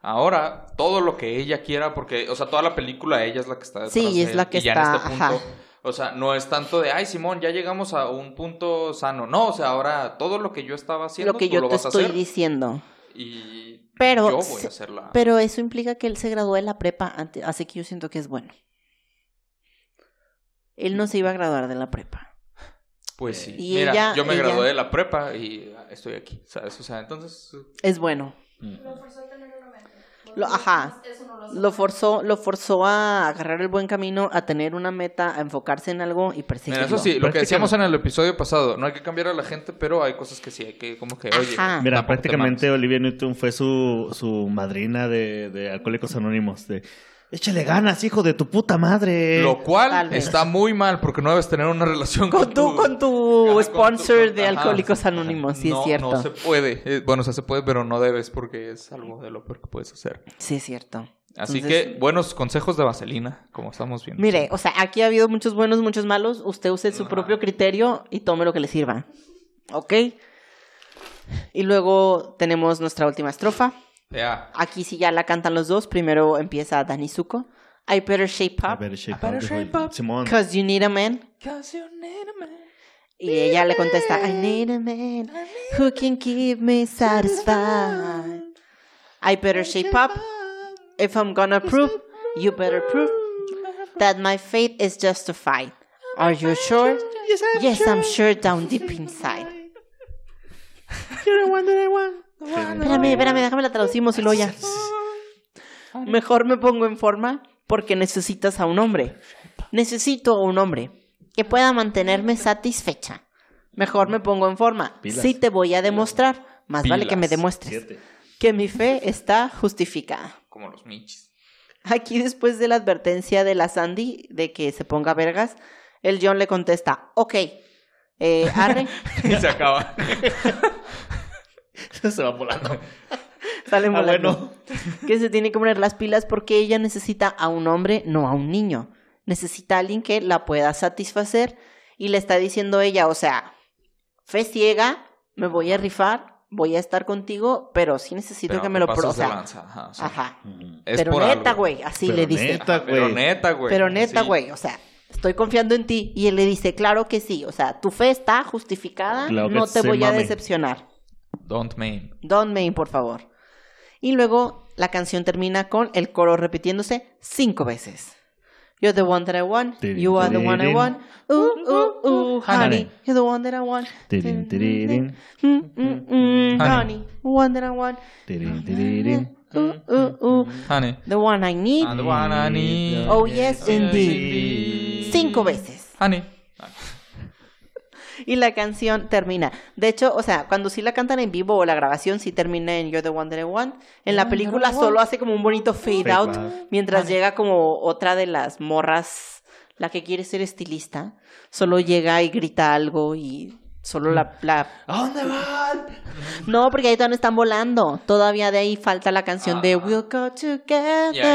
ahora todo lo que ella quiera, porque, o sea, toda la película ella es la que está detrás Sí, de es él, la que y ya en está, este punto, ajá. o sea, no es tanto de, ay, Simón, ya llegamos a un punto sano, no, o sea, ahora todo lo que yo estaba haciendo, lo que tú yo lo te vas estoy a hacer diciendo. y Pero yo voy se- a hacerla. Pero eso implica que él se graduó de la prepa antes, así que yo siento que es bueno. Él no se iba a graduar de la prepa. Pues sí, Y mira, ella- yo me ella- gradué de la prepa y estoy aquí, ¿sabes? O sea, entonces, Es bueno. Mm. Lo forzó a tener una mente. Lo- ajá. Eso no Lo sabe. forzó, lo forzó a agarrar el buen camino, a tener una meta, a enfocarse en algo y Mira, perseguirlo. eso sí, lo que Prácticamente. decíamos en el episodio pasado, no hay que cambiar a la gente, pero hay cosas que sí hay que, como que, oye. Ajá. Mira, tampoco te prácticamente Olivia Newton fue su, su madrina de, de Alcohólicos Anónimos. De, Échale ganas, hijo de tu puta madre. Lo Tal cual vez. está muy mal porque no debes tener una relación con, Con tu, con tu Ajá, con sponsor tu- de ajá. Alcohólicos Anónimos, sí no, es cierto. No se puede. Eh, Bueno, o sea, se puede, pero no debes porque es algo de lo peor que puedes hacer. Sí es cierto. Así Entonces- que, buenos consejos de vaselina, como estamos viendo. Mire, o sea, aquí ha habido muchos buenos, muchos malos. Usted use su Ajá. propio criterio y tome lo que le sirva. ¿Ok? Y luego tenemos nuestra última estrofa. Ya. Aquí sí ya la cantan los dos. Primero empieza Dani Zuko. I better shape A up. ver, shape Ah, A better up, shape güey. up. Simón. Cause you need a man. Y ella le contesta, I need a man who can keep me satisfied. I better shape up. If I'm gonna prove, you better prove that my fate is justified. Are you sure? Yes, I'm sure down deep inside. Espérame, espérame, déjame la traducimos y luego ya. Mejor me pongo en forma porque necesitas a un hombre. Necesito a un hombre que pueda mantenerme satisfecha. Mejor me pongo en forma. Pilas. Sí te voy a demostrar. Más vale que me Pilas. demuestres Siete. que mi fe está justificada. Como los michis. Aquí después de la advertencia de la Sandy de que se ponga vergas, el John le contesta, ok, eh, arre, y se acaba. Se va volando. sale Ah, volando. bueno. Que se tiene que poner las pilas porque ella necesita a un hombre, no a un niño. Necesita a alguien que la pueda satisfacer y le está diciendo ella, o sea, fe ciega, me voy a rifar, voy a estar contigo, pero sí necesito Pero que me te lo... pro- pasas O de sea, lanza, ajá, o sea, ajá. es pero por neta, algo. güey, así Pero le dice. neta, Ah, güey. Pero neta, güey. Pero neta, Sí. güey, o sea, estoy confiando en ti. Y él le dice, claro que sí, o sea, tu fe está justificada, Claro que no te sí, voy a mami. decepcionar. Don't maim. Don Main, por favor. Y luego la canción termina con el coro repitiéndose cinco veces. You're the one that I want, Tirin, you are the one I tirin. want, ooh, ooh, ooh, honey, Honey. you're the one that I want, Tirin, tiririn, Mm, mm, mm, honey, Honey. one that I want, Mm, tirin, tiririn. ooh, ooh, ooh, Honey. mm. the one I need, And the one I need. oh yes indeed, indeed. cinco veces. Honey. Y la canción termina. De hecho, o sea, cuando sí la cantan en vivo o la grabación sí termina en You're the One That I Want. En la película solo hace como un bonito fade Fade out out. mientras llega como otra de las morras, la que quiere ser estilista, solo llega y grita algo y solo la... la- ¿A dónde van? No, porque ahí todavía no están volando. Todavía de ahí falta la canción de Ah. We'll Go Ya, Together.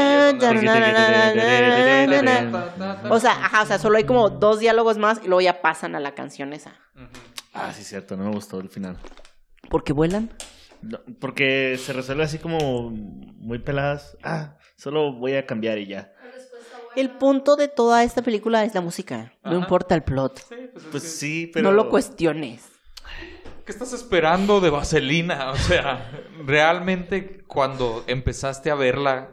ahí es donde- O sea, ajá, o sea, solo hay como dos diálogos más y luego ya pasan a la canción esa. Ujú. Ah, sí, cierto, no me gustó el final. ¿Por qué vuelan? No, porque se resuelve así como muy peladas. Ah, solo voy a cambiar y ya. La respuesta buena. El punto de toda esta película es la música. No Ajá. importa el plot. Sí, pues, es Pues que- sí, pero. No lo cuestiones. ¿Qué estás esperando de Vaselina? O sea, realmente cuando empezaste a verla,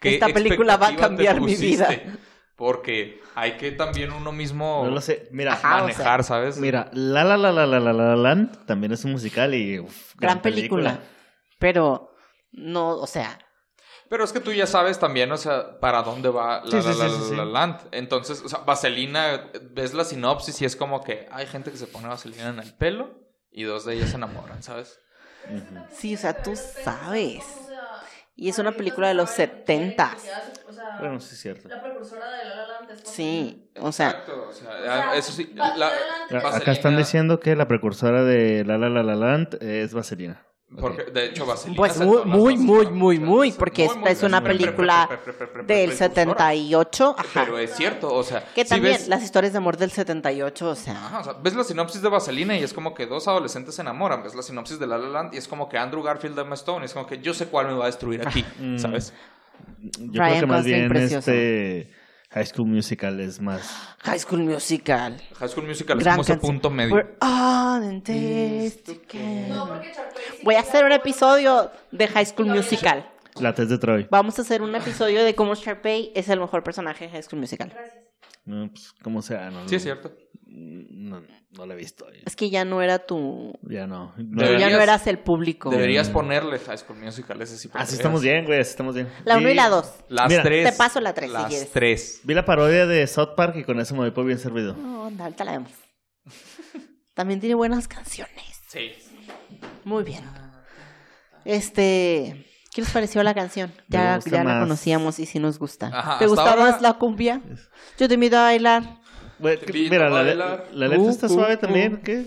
¿qué Esta película va a expectativa te cambiar mi vida. pusiste? Porque hay que también uno mismo No lo sé. Mira, Ajá, Ah, o sea, manejar, ¿sabes? mira, La La La La La La La Land también es un musical y. uf, Gran película. Pero no, o sea, Pero es que tú ya sabes también, o sea, para dónde va la, Sí, sí, la, sí, la- sí, sí. la- la land. Entonces, o sea, Vaselina, ves la sinopsis y es como que hay gente que se pone Vaselina en el pelo y dos de ellas se enamoran, ¿sabes? Ujú. sí, o sea, tú Pero depende, sabes. o sea, Y es una ahorita película de se los sabe que tiene 70s. publicidad, O sea, Bueno, sí es cierto. la precursora de La La Land es Sí, o sea, Exacto, o sea, O sea, eso sí. va- la- la- A- Vaselina- Acá están diciendo que la precursora de La La La La Land es Vaselina. Porque, de hecho, Vaselina Pues sacó muy, las muy, dos muy, sinopsis, muy, o sea, muy, porque muy, esta muy es una pre- pre- pre- película pre- pre- pre- pre- del precursora. 78, ajá. Pero es cierto, o sea, Que si también ves- las historias de amor del 78, o sea, Ajá, o sea, ves la sinopsis de Vaselina y es como que dos adolescentes se enamoran. Ves la sinopsis de La La Land y es como que Andrew Garfield, Emma Stone. Y es como que yo sé cuál me va a destruir aquí, Mm. ¿sabes? Yo Ryan creo que más Gosling, bien precioso. este High School Musical es más. High School Musical. High School Musical es Gran como ese canción. punto medio. We're all in this together. No, porque Shark Bay sí Voy a tenía hacer un buena- episodio de High School Musical. La test de Troy. Vamos a hacer un episodio de cómo Sharpay es el mejor personaje de High School Musical. Gracias. No, pues, como sea, no. Sí, es cierto. No, no la he visto. Es que ya no era tu... Ya no. tú ya Deberías- no eras el público. Deberías ponerle High School Musical, ese sí. para Así que estamos veas. bien, güey. Así estamos bien. La 1 y Vi- la 2. Las Mira. tres. Te paso la tres, si Las quieres. tres. Vi la parodia de South Park y con eso me doy por bien servido. No, onda, ahorita la vemos. También tiene buenas canciones. Sí. Muy bien. Ah, Este, ¿qué les pareció la canción? Me Ya, gusta ya la más. conocíamos y sí nos gusta. Ajá, ¿Te hasta gustaba ahora- más la cumbia? Yo te invito a bailar. Güey, Te que- invito mira, a la, le- bailar. la letra Uh, está uh, suave uh. también. ¿Qué?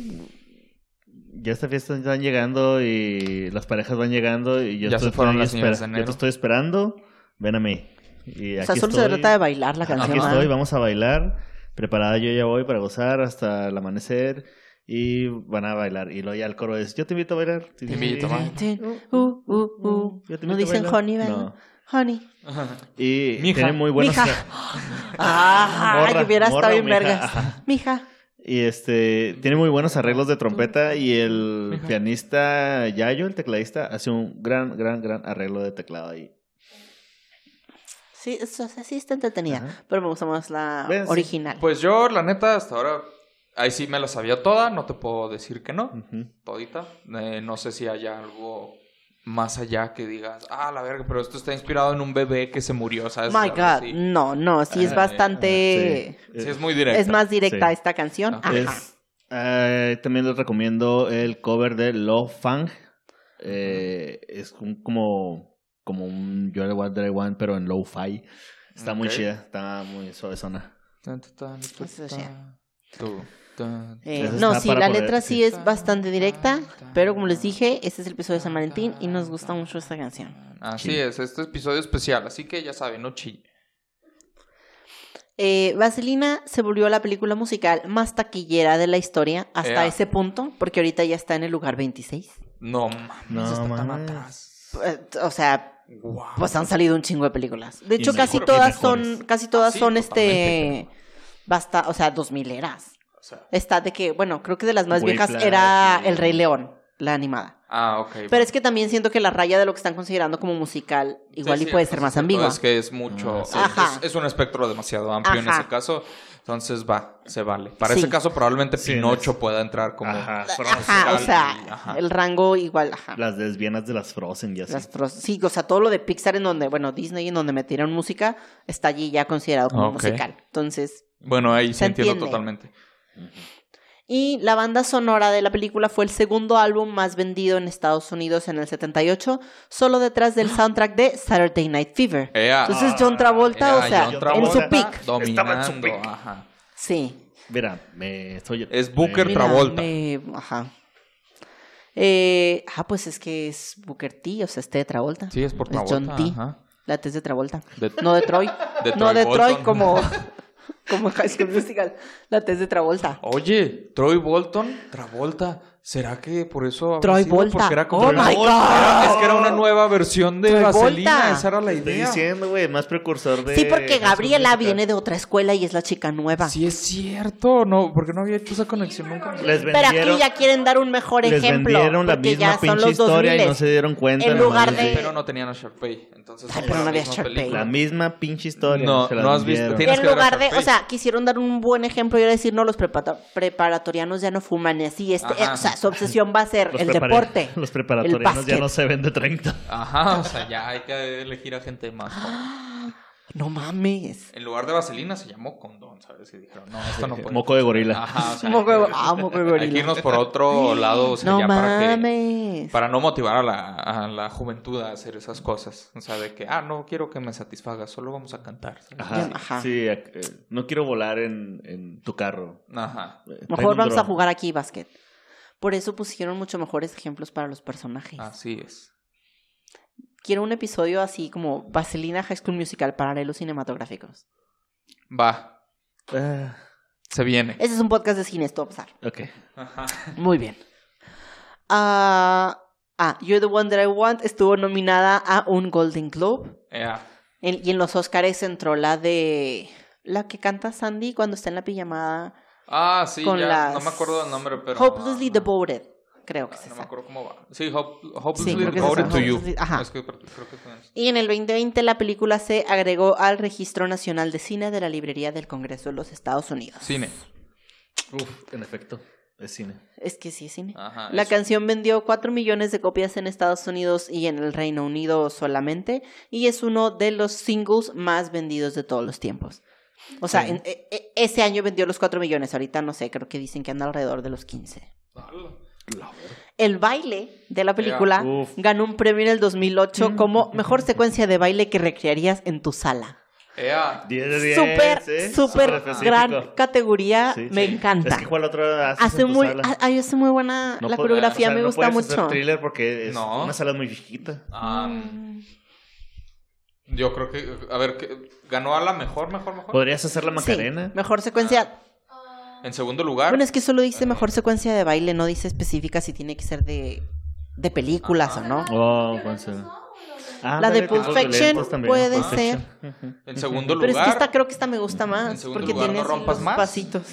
Ya esta fiesta están llegando y las parejas van llegando y yo Ya estoy se fueron ahí las señoras de espera- enero. Yo te estoy esperando. Ven a mí. Y O sea, aquí solo se estoy. trata de bailar la canción. ¿eh? Aquí ¿verdad? estoy, vamos a bailar. Preparada yo ya voy para gozar hasta el amanecer. Y van a bailar. Y luego ya el coro es, yo te invito a bailar. Te invito a bailar. Uh, uh, uh, uh. No dicen honey, ¿verdad? Honey. Y Mija. tiene muy buenos... Mija. Ajá, Morra, que Ah, hubiera morra, estado bien mija. vergas. Ajá. Mija. Y este, tiene muy buenos arreglos de trompeta y el Mija. pianista Yayo, el tecladista, hace un gran, gran, gran arreglo de teclado ahí. Sí, es- o sea, sí está entretenida. Ajá. Pero me gusta más la Ves, sí. original. Pues yo, la neta, hasta ahora. Ahí sí me la sabía toda, no te puedo decir que no. Ujú. todita. Eh, no sé si haya algo más allá que digas, ah, la verga, pero esto está inspirado en un bebé que se murió, ¿sabes? My Algo God. así. No, no, sí es Ajá, bastante. Ah, Sí. Sí, es muy directo. Es más directa Sí. esta canción. Ajá. Ajá. Es- eh, también les recomiendo el cover de Love Fang. Eh, es un- como, como un Yo What I Want, pero en low-fi. Está muy Ok. chida, está muy suavezona. Tan, tan, tan, tan, Eso sí. tan. Tu, tan. Eh, Esa no, está sí, para la poder- letra sí sí. es bastante directa, pero como les dije, este es el episodio de San Valentín y nos gusta mucho esta canción. Así Sí. es, este episodio especial, así que ya saben, no chille. Eh, Vaselina se volvió la película musical más taquillera de la historia hasta Ea. ese punto, porque ahorita ya está en el lugar 26. No mames, No está tan mames. atrás. Eh, O sea, Guau. pues han salido un chingo de películas. De hecho, Y casi mejor- todas y mejores. son, casi todas Ah, Sí, son totalmente, este, basta, o sea, dos mileras. O sea, Está de que, bueno, creo que de las más viejas Whiplash, era y- El Rey León, la animada. ah, ok. Pero es que también siento que la raya de lo que están considerando como musical igual y puede ser más ambigua. Es que es mucho. Ah, sí. Ajá. es, es un espectro demasiado amplio en Ajá. ese caso. Entonces va, se vale. Para Sí. ese caso, probablemente Sí, Pinocho es- pueda entrar como. Ajá, Ajá, o musical sea, y- ajá. el rango igual, ajá. Las desvianas de las Frozen y así. Las pros- sí, o sea, todo lo de Pixar en donde, bueno, Disney en donde metieron música, está allí ya considerado como Ok. musical. Entonces, Bueno, ahí Se sí entiendo entiende. totalmente. y la banda sonora de la película fue el segundo álbum más vendido en Estados Unidos en el 78, solo detrás del soundtrack de Saturday Night Fever. Ea. Entonces John Travolta, o Ea, sea, John en Travolta su peak. Dominando, Estaba en su pick. ajá. Sí. Mira, me estoy... Es Booker me- Mira, Travolta. me- Ajá. Eh, ah, pues es que es Booker T, o sea, este de Travolta. Sí, es por Es Travolta. John T. ajá. La T es de Travolta. De- No de Troy. de no Troy de Bolton. Troy como, como High School Musical. La T es de Travolta. Oye, Troy Bolton, Travolta. ¿Será que por eso habrá Troy sido? Volta. Porque era como- Oh my Era- god. Es que era una nueva versión de Troy Vaselina, Volta. esa era la Estoy idea. diciendo, güey, más precursor de. Sí, porque Gabriela viene de de otra escuela y es la chica nueva. Sí es cierto, no, porque no había hecho esa conexión nunca. Les Pero aquí vendieron- ya quieren dar un mejor les ejemplo. vendieron la porque misma ya son pinche los historia 2000. y no se dieron cuenta. En nomás lugar les de- dieron Pero no tenían a Sharpay, entonces Ay, no pero fue no la había misma Sharpay. película. La misma pinche historia. No, se la no has visto. vendieron. Tienes En que ver a lugar de, o Sharpay. sea, quisieron dar un buen ejemplo y ahora decir, no, los prepato- preparatorianos ya no fuman y así. Este, Ajá. eh, o sea, su obsesión va a ser Los el prepara- deporte. Los preparatorianos ya básquet. no se ven de 30. Ajá, o sea, ya hay que elegir a gente más. joven. No mames. En lugar de Vaselina se llamó Condón, ¿sabes? Y dijeron, no, esto no puede. Moco de gorila. pues, Ajá, o sea, Moco hay de- que- ah, moco de Hay que gorila. irnos por otro lado, o sea, No ya para que... mames. Para no motivar a la, a la juventud a hacer esas cosas. O sea, de que, ah, no quiero que me satisfaga, solo vamos a cantar. ¿sabes? Ajá. Ya- ajá. Sí, ac- eh, no quiero volar en, en tu carro. Ajá. Eh, traigo Mejor un vamos a dron. jugar aquí básquet. Por eso pusieron mucho mejores ejemplos para los personajes. Así es. Quiero un episodio así como Vaselina High School Musical, paralelos cinematográficos. Va, Ah, se viene. Ese es un podcast de cine, esto va a pasar. ok. Ajá. Muy bien. Ah, ah, You're the One That I Want estuvo nominada a un Golden Globe. Ya. En- y en los Oscars entró la de. La que canta Sandy cuando está en la pijamada. Ah, sí, Con ya. las- No me acuerdo del nombre, pero. Hopelessly ah, Devoted. Creo que ah, es No me esa. acuerdo cómo va. Sí, Hope- Hopelessly creo que es Devoted esa, to You. Hopelessly- ajá. Es que creo creo que es- Y en el 2020 la película se agregó al Registro Nacional de Cine de la Librería del Congreso de los Estados Unidos. Cine. Uf, en efecto. Es cine. Es que sí, es cine. Ajá. La Ah, es- canción vendió 4 millones de copias en Estados Unidos y en el Reino Unido solamente, y es uno de los singles más vendidos de todos los tiempos. O sea, en- e- e- ese año vendió los 4 millones, ahorita no sé, creo que dicen que anda alrededor de los 15. El baile de la película Ea, uf. ganó un premio en el 2008 como mejor secuencia de baile que recrearías en tu sala. Ea. 10 de 10. Súper, ¿eh? súper específico. gran categoría, Sí, me sí. encanta. Es que ¿cuál otro haces Hace en tu muy, sala? ah, ay, hace muy buena No la pod- coreografía, o sea, me no gusta puedes hacer mucho. Ah. thriller Mm. porque es No. Ah, una sala muy chiquita. Am, yo creo que. A ver, que- ¿ganó a la mejor, mejor, mejor? ¿Podrías hacer la Sí, Macarena? mejor secuencia. En segundo Ah. lugar. Bueno, es que solo dice mejor secuencia de baile, no dice específica si tiene que ser de, de películas o no. Oh, puede ser. Ah, La de ándale, Pulp tipo Fiction violentos también, puede Pulp Fiction. En segundo Pero lugar. es que esta creo que esta me gusta En más segundo porque lugar, tiene no así rompas los más. pasitos.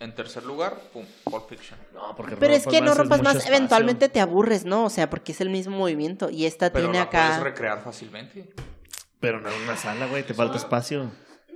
En tercer lugar, pum, Pulp Fiction. No, porque Pero pues, es que no rompas mucho más, espacio. eventualmente te aburres, ¿no? O sea, porque es el mismo movimiento y esta Pero tiene la puedes acá. recrear fácilmente. Pero no en una sala, güey, te falta espacio.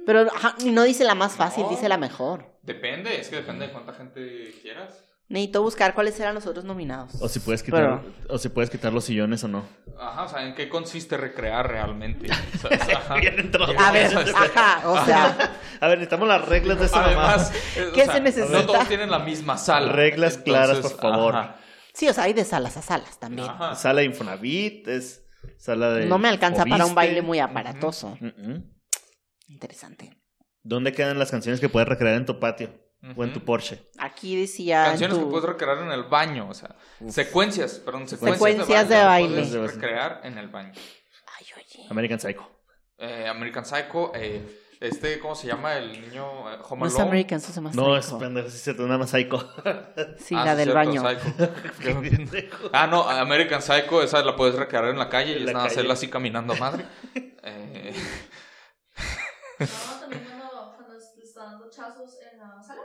Pero ajá, y no dice la más fácil, No. dice la mejor. Depende, es que depende de cuánta gente quieras. Necesito buscar cuáles eran los otros nominados. O si puedes quitar, o si puedes quitar los sillones o no. Ajá, o sea, ¿en qué consiste recrear realmente? O sea, ajá. Bien entrado. A ver, ajá, o sea. A ver, necesitamos las reglas de esa Además, mamá. eh, o ¿Qué sea, se necesita? No todos tienen la misma sala. Reglas claras, por favor. ajá, Sí, o sea, hay de salas a salas también. ajá. Sala de Infonavit, es sala de. No me alcanza para un Fobiste. baile muy aparatoso. Mm-mm. Interesante. ¿Dónde quedan las canciones que puedes recrear en tu patio o en Ujú. tu Porsche? Aquí decía. en Canciones tu- que puedes recrear en el baño, o sea, secuencias, perdón, secuencias, Secuencias de de baile. baile. Puedes recrear en el baño. Ay, oye. American Psycho. Eh, American Psycho, eh, este, ¿cómo se llama? El niño eh, Home No es Alone. American, eso se más No, es rico. pendejo, sí, es cierto, nada más Psycho. Sí, Ah, la sí, del cierto, baño. Psycho. Ah, no, American Psycho, esa la puedes recrear en la calle En y es la nada calle. hacerla así caminando madre. Eh, No, también cuando, cuando le están dando chazos en la sala.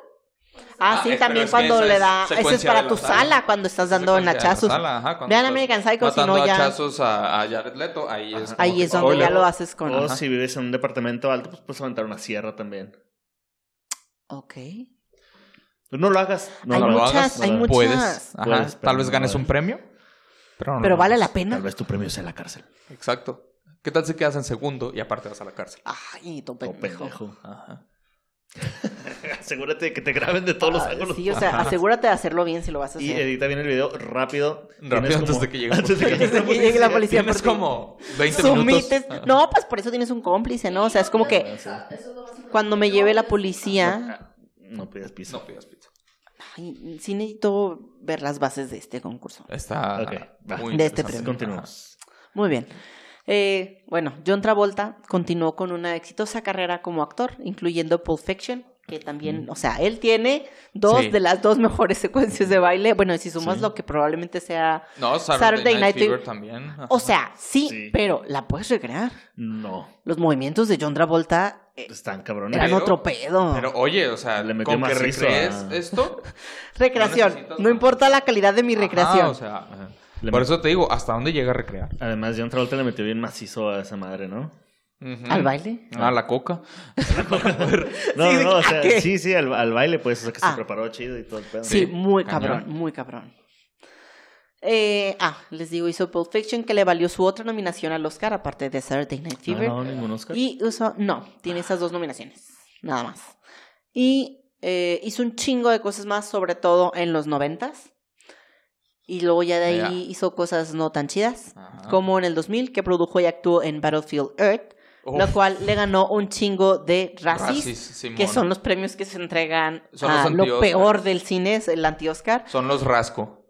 Cuando está- Ah, Ah, sí, es- pero también es que cuando esa le es da. Eso es secuencia para de tu la sala, sala. cuando estás dando en secuencia de la hachazos. sala, ajá, cuando Vean estás American Psycho, si matando no ya. hachazos a, a Jared Leto, ahí es. como Ahí que- es donde ya Oye, lo haces con. O Ajá. si vives en un departamento alto, pues puedes levantar una sierra también. Ok. Pero Pues no lo hagas. No Hay lo lo muchas, hagas, hay no lo muchas. Puedes, ajá, Puedes, pero tal vez no ganes lo un hagas. premio. Pero, no Pero lo vale hagas. la pena. Tal vez tu premio sea en la cárcel. Exacto. ¿Qué tal si quedas en segundo y aparte vas a la cárcel? Ay, tu O pendejo. Oh, pendejo. Ajá. Asegúrate de que te graben de todos los Ah, ángulos. Sí, o sea, asegúrate de hacerlo bien si lo vas a y eh, hacer. edita bien el video rápido. Rápido, Tienes antes de que llegue la antes de que policía. llegue la Llegue la policía. policía. Tienes por ti. como 20 Sumites. minutos. Ah. No, pues por eso tienes un cómplice, ¿no? O sea, es como que Eso es lo más importante. cuando me lleve la policía. Ah, No pidas piso. No pidas pizza. Ay, sí necesito ver las bases de este concurso. Está Ok, va. muy De este interesante. premio. Continuamos. Muy bien. Eh, bueno, John Travolta continuó con una exitosa carrera como actor, incluyendo Pulp Fiction, que también, o sea, él tiene dos Sí. de las dos mejores secuencias de baile. Bueno, y si sumas Sí. lo que probablemente sea... No, Saturday, Saturday Night, Night Fever. Fever también. Ajá. O sea, sí, Sí. pero la puedes recrear. No, pues Los movimientos de John Travolta eh, están cabrones. eran Pero- otro pedo. Pero oye, o sea, Le metió con que macizo recrees a- esto. no recreación. No, necesitas- importa la calidad de mi recreación. Ajá, o sea, ajá. Le por met- eso te digo, ¿hasta dónde llega a recrear? Además, John Travolta le metió bien macizo a esa madre, ¿no? Ujú. ¿Al baile? Ah, la coca. No, Sí, de no, que- o ¿a sea, qué? sí, sí, al, al baile, pues, o sea, que Ah. se preparó chido y todo el pedo. Sí, Sí, muy cañón. cabrón, muy cabrón. Eh, ah, les digo, hizo Pulp Fiction que le valió su otra nominación al Oscar, aparte de Saturday Night No, Fever. no, ningún Oscar. Y usó, no, tiene esas dos nominaciones, nada más. Y eh, hizo un chingo de cosas más, sobre todo en los noventas. Y luego ya de ahí Mira. hizo cosas no tan chidas, Ajá. como en el 2000, que produjo y actuó en Battlefield Earth, Uf, lo cual le ganó un chingo de Razzies, Razzies, Simón. que son los premios que se entregan Son los a lo anti-Oscar. peor del cine, es el anti-Oscar. Son los rasco.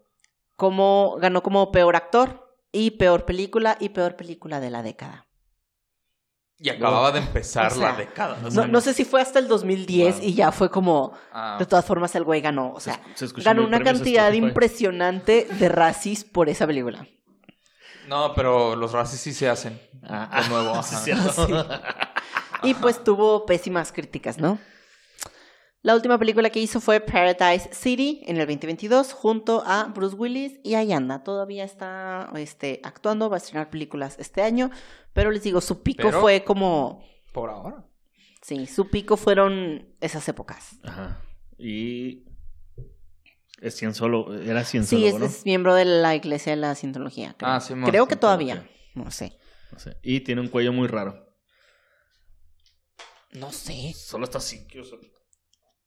Como, ganó como peor actor y peor película y peor película de la década. Y acababa de empezar O sea, la década. o No, sea, no sé si fue hasta el 2010 Wow. y ya fue como, ah, de todas formas el güey ganó, o sea, Se escuchó ganó mil una premios cantidad este Spotify. impresionante de racis por esa película. no, pero los racis sí se hacen. Ah, De nuevo, ah, ajá. sí, es cierto. Y pues tuvo pésimas críticas, ¿no? La última película que hizo fue Paradise City en el 2022 junto a Bruce Willis y Ayanda. Todavía está este, actuando, va a estrenar películas este año, pero les digo, su pico Pero- fue como... Por ahora. Sí, su pico fueron esas épocas. Ajá. Y. Es cien solo. Era cien solo, Sí, es, ¿no? es miembro de la iglesia de la cientología. Creo, Ah, Simón. creo que Cientología. todavía. No sé. No sé. Y tiene un cuello muy raro. No sé. Solo está así. que, o sea,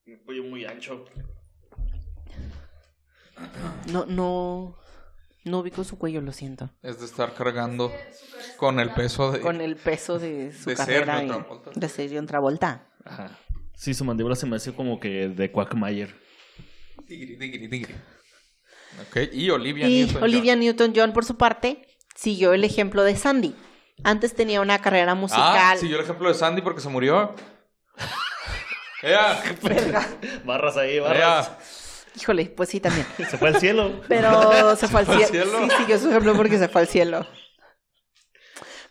un cuello muy ancho. No, no. No ubico su cuello, lo siento. Es de estar cargando con el peso de. Con el peso de su De ser carrera. John y- Travolta. de ser John Travolta. Ajá. Sí, su mandíbula se me hace como que de Quackmayer. Tigri, tigri, tigri. Ok, y Olivia y Newton-John. Olivia Newton-John, por su parte, siguió el ejemplo de Sandy. Antes tenía una carrera Ah, musical. sí, yo el ejemplo de Sandy porque se murió. Ea, Barras ahí, barras. ea. Híjole, pues sí, también. Se fue al cielo. Pero se fue al fue al cielo. cielo. Sí, siguió su ejemplo porque se fue al cielo.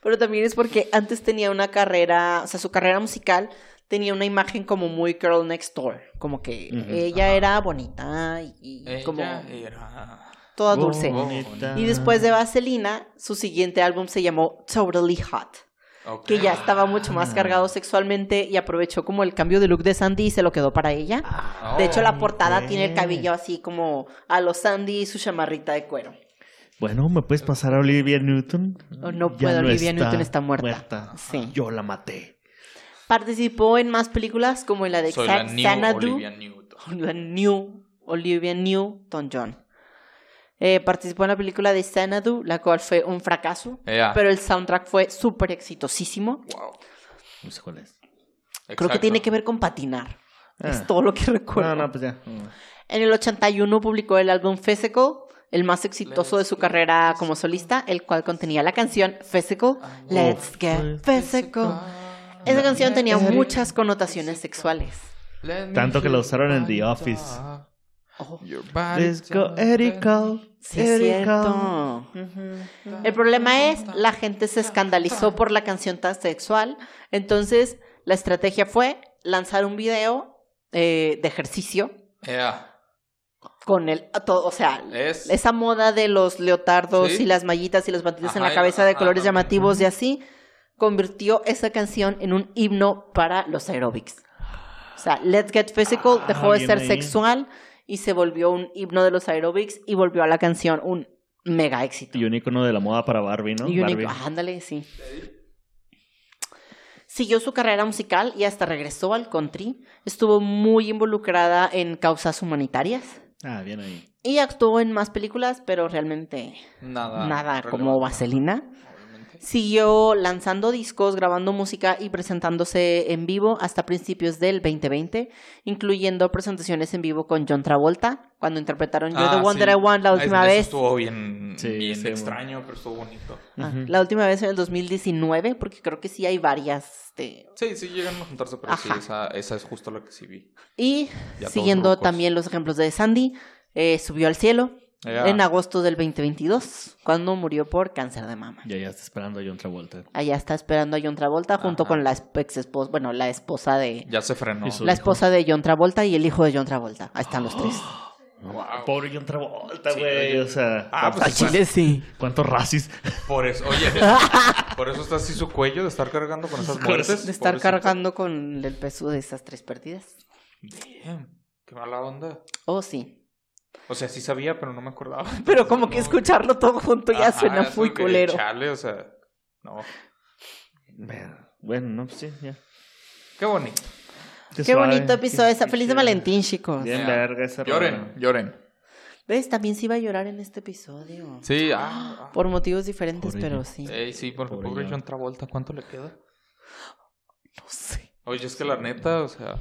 Pero también es porque antes tenía una carrera, o sea, su carrera musical tenía una imagen como muy girl next door. Como que Ujú, ella era bonita y, y Ella como era- toda Oh, dulce. Bonita. Y después de Vaselina, su siguiente álbum se llamó Totally Hot, Ok. que ya estaba mucho más cargado sexualmente y aprovechó como el cambio de look de Sandy y se lo quedó para ella. Ah, De hecho, la portada ok. tiene el cabello así como a los Sandy y su chamarrita de cuero. Bueno, ¿me puedes pasar a Olivia Newton? Oh, no puedo, Olivia Newton está muerta. Sí. Yo la maté. Participó en más películas como en la de Soy la Xa- new Xanadu, Olivia Newton. la New Olivia Newton John. Eh, participó en la película de Xanadu, la cual fue un fracaso, Ea. pero el soundtrack fue súper exitosísimo. Wow. No sé cuál es. Ah. Creo que tiene que ver con patinar. Ah. Es todo lo que recuerdo. No, no, pues ya. En el 81 publicó el álbum Physical, el más exitoso de su carrera como solista, el cual contenía la canción Physical, Let's Get Physical. Esa canción tenía muchas connotaciones sexuales. Tanto que la usaron en The Office. Oh, Disco Erical. sí es cierto. El problema es, la gente se escandalizó por la canción tan sexual, entonces la estrategia fue lanzar un video eh, de ejercicio Ea. con el, todo, o sea, Es. esa moda de los leotardos Sí. y las mallitas y los bandidos en Ajá, la cabeza de ajá, colores ajá. llamativos y así, convirtió esa canción en un himno para los aeróbics. O sea, Let's Get Physical Ah, dejó de bien ser ahí. sexual y se volvió un himno de los aeróbics y volvió a la canción un mega éxito. Y un icono de la moda para Barbie, ¿no? Y un- Barbie. ah, ándale, sí. Siguió su carrera musical y hasta regresó al country. Estuvo muy involucrada en causas humanitarias Ah, bien ahí. y actuó en más películas, pero realmente Nada. nada Ah, relevante, como Vaselina. obviamente. Siguió lanzando discos, grabando música y presentándose en vivo hasta principios del 2020, incluyendo presentaciones en vivo con John Travolta, cuando interpretaron You're the Ah, One sí. That I Want la Ah, última eso vez. Estuvo bien, Sí, bien sí, extraño, pero estuvo bonito. Ah, Ujú. La última vez en el 2019, porque creo que sí hay varias. este, Sí, sí llegan a juntarse, pero sí, Ajá. esa, esa es justo la que sí vi. Y Ya todos siguiendo rucos. también los ejemplos de Sandy, eh, subió al cielo Ya. en agosto del 2022, cuando murió por cáncer de mama. Ya, ya está esperando a John Travolta. Allá está esperando a John Travolta junto Ajá. con la ex esposa, bueno, la esposa de Ya se frenó. Y su- la hijo. esposa de John Travolta y el hijo de John Travolta. Ahí están los tres. Wow. Pobre John Travolta, Sí, güey. oye. o sea, Ah, ¿cuántos- pues chile. sí. ¿cuántos racis? Por eso, oye, por eso está así su cuello de estar cargando con esas De muertes. De estar pobrecito. cargando con el peso de esas tres perdidas. Damn, qué mala onda. Oh, sí. O sea, sí sabía, pero no me acordaba. Pero como que No. escucharlo todo junto ya Ajá, suena Ah, es muy como que, culero. Chale, o sea, no. Bueno, no, pues sí, ya. Qué bonito. Qué bonito episodio. esa- Feliz de Valentín, chicos. Bien Ya. verga esa Lloren, rola. lloren. ¿Ves? También se iba a llorar en este episodio. Sí, ah. ah. Por motivos diferentes, Por pero ello. sí. Ey, sí, porque Pobre pobre John. John Travolta, ¿cuánto le queda? No sé. Oye, es que la neta, o sea,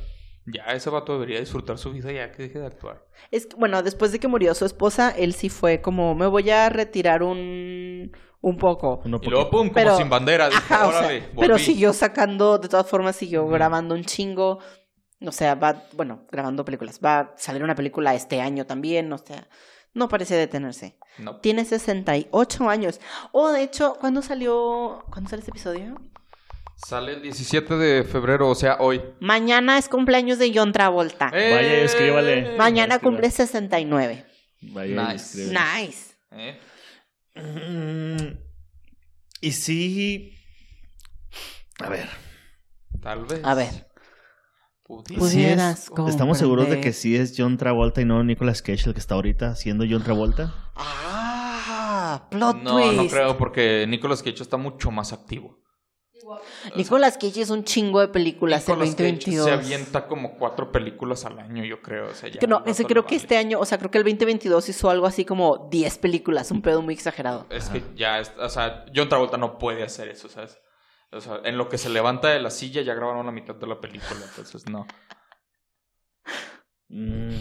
ya ese vato debería disfrutar su vida ya que deje de actuar. Es que, bueno, después de que murió su esposa, él sí fue como, me voy a retirar un, un poco. Uno Y luego, pum, como Pero- sin bandera. Dijo, Ajá, o sea, Órale, volví. pero siguió sacando, de todas formas siguió Ujú. grabando un chingo. O sea, va, bueno, grabando películas. Va a salir una película este año también, o sea, no parece detenerse. No, Tiene 68 años. Oh, de hecho, ¿cuándo salió, ¿cuándo sale este episodio? sale el 17 de febrero, o sea, hoy. Mañana es cumpleaños de John Travolta. Eh, Vaya, escríbale. Mañana Escriba. cumple 69. Vaya, Nice. escribe. Nice. Eh, Mm, Y sí. A ver, Tal vez. A ver. Pudiera. Pues- sí Pudieras es- ¿estamos seguros de comprender. que sí es John Travolta y no Nicolas Cage el que está ahorita siendo John Travolta? Ah, plot no, twist. no creo, porque Nicolas Cage está mucho más activo. Igual. Nicolas Cage es un chingo de películas en Nicolas Cage 2022. Se avienta como cuatro películas al año, yo creo. O sea, ya Que no, al ese vato creo le que vale. este año, o sea, creo que el 2022 hizo algo así como 10 películas, un pedo muy exagerado. Es que ya, es- o sea, John Travolta no puede hacer eso, ¿sabes? O sea, en lo que se levanta de la silla ya grabaron la mitad de la película, entonces no. Mm,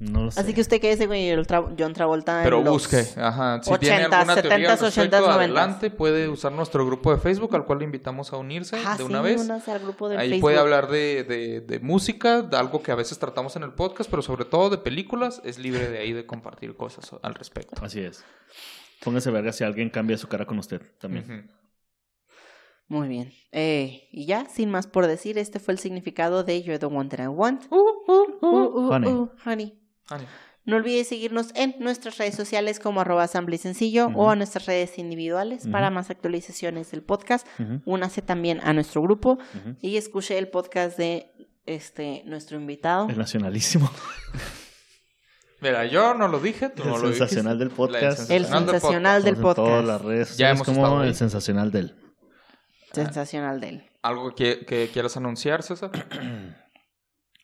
no lo sé. Así que usted quédese con el Tra- John Travolta en Pero los- busque, ajá. Si tiene 80s, alguna teoría al 70s, respecto, 80s, 90s. adelante, puede usar nuestro grupo de Facebook, al cual le invitamos a unirse Ajá, Ah, de Ah, sí, una vez. únase al grupo del Ahí Facebook. puede hablar de, de- de música, de algo que a veces tratamos en el podcast, pero sobre todo de películas. Es libre de ahí de compartir cosas al respecto. Así es. Póngase verga si alguien cambia su cara con usted también. Ujú. Muy bien. Eh, y ya, sin más por decir, este fue el significado de You're the One That I Want. Uh, uh, Honey. uh, honey. Ani. No olvides seguirnos en nuestras redes sociales como arroba asamble sencillo Ujú. o a nuestras redes individuales Ujú. para más actualizaciones del podcast. Ujú, Únase también a nuestro grupo ujú. y escuche el podcast de este nuestro invitado. El nacionalísimo. Mira, yo no lo dije, tú el no lo dijiste. sensacional del podcast. El sensacional del sensacional del Estamos en podcast. Todas las redes. Ya Ya hemos estado como ahí. el sensacional del. Sensacional de él. ¿Algo que, que quieras anunciar, César?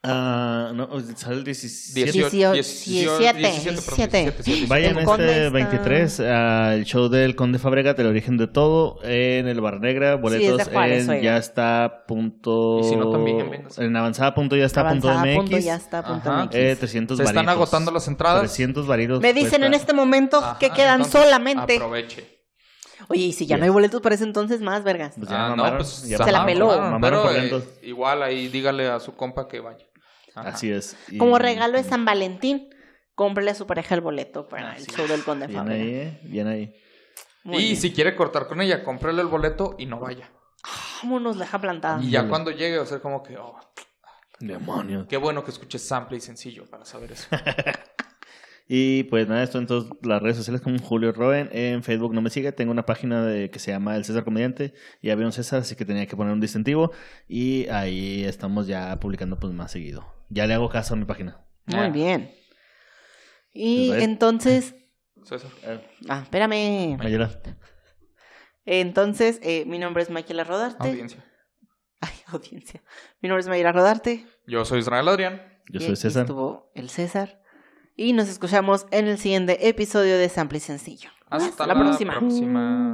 Ah, no, sale el 17. Diecio- Diecio- diecio- diecisiete, diecisiete, perdón, diecisiete. diecisiete, sí. Vayan El Conde este está- 23 al show del Conde Fabregat, el origen de todo, en el Bar Negra, boletos es de Juárez, en oiga. ya está punto... Y si no, también véngase. En avanzada punto ya está Avanzada punto punto MX. ya está punto Ajá. MX. eh, 300 Se están varitos. agotando las entradas. 300 varitos. Me dicen en este momento Ajá, que quedan entonces, solamente. Aproveche. Oye, y si ya no hay boletos para ese entonces más, vergas. Pues ya Ah, mamaron, pues, ya Ah, Se la mamaron, peló. mamaron, Mamaron por pero eh, dentro. igual ahí dígale a su compa que vaya. Ajá. Así es. Y- Como regalo de San Valentín, cómprele a su pareja el boleto para Ah, el show del Conde Bien ahí, Fabregat. eh, bien ahí. Muy y bien. si quiere cortar con ella, cómprale el boleto y no vaya. Vámonos, deja plantada. Y ya Ándale. cuando llegue va a ser como que, oh, Demonios. qué bueno que escuches sample y sencillo para saber eso. Y pues nada, esto en todas las redes sociales como Julio Roen. En Facebook no me sigue, tengo una página de, que se llama El César Comediante. Ya había un César, así que tenía que poner un distintivo. Y ahí estamos ya publicando pues más seguido. Ya le hago caso a mi página. Muy Ah. bien. Y Pues, ¿ves? entonces, César. ah, espérame. Mayela. Entonces, eh, mi nombre es Maquila Rodarte. audiencia. Ay, audiencia. Mi nombre es Mayra Rodarte. Yo soy Israel Adrián. Y Yo soy aquí César. Estuvo el César. Y nos escuchamos en el siguiente episodio de Sample y Sencillo. Hasta la próxima. próxima.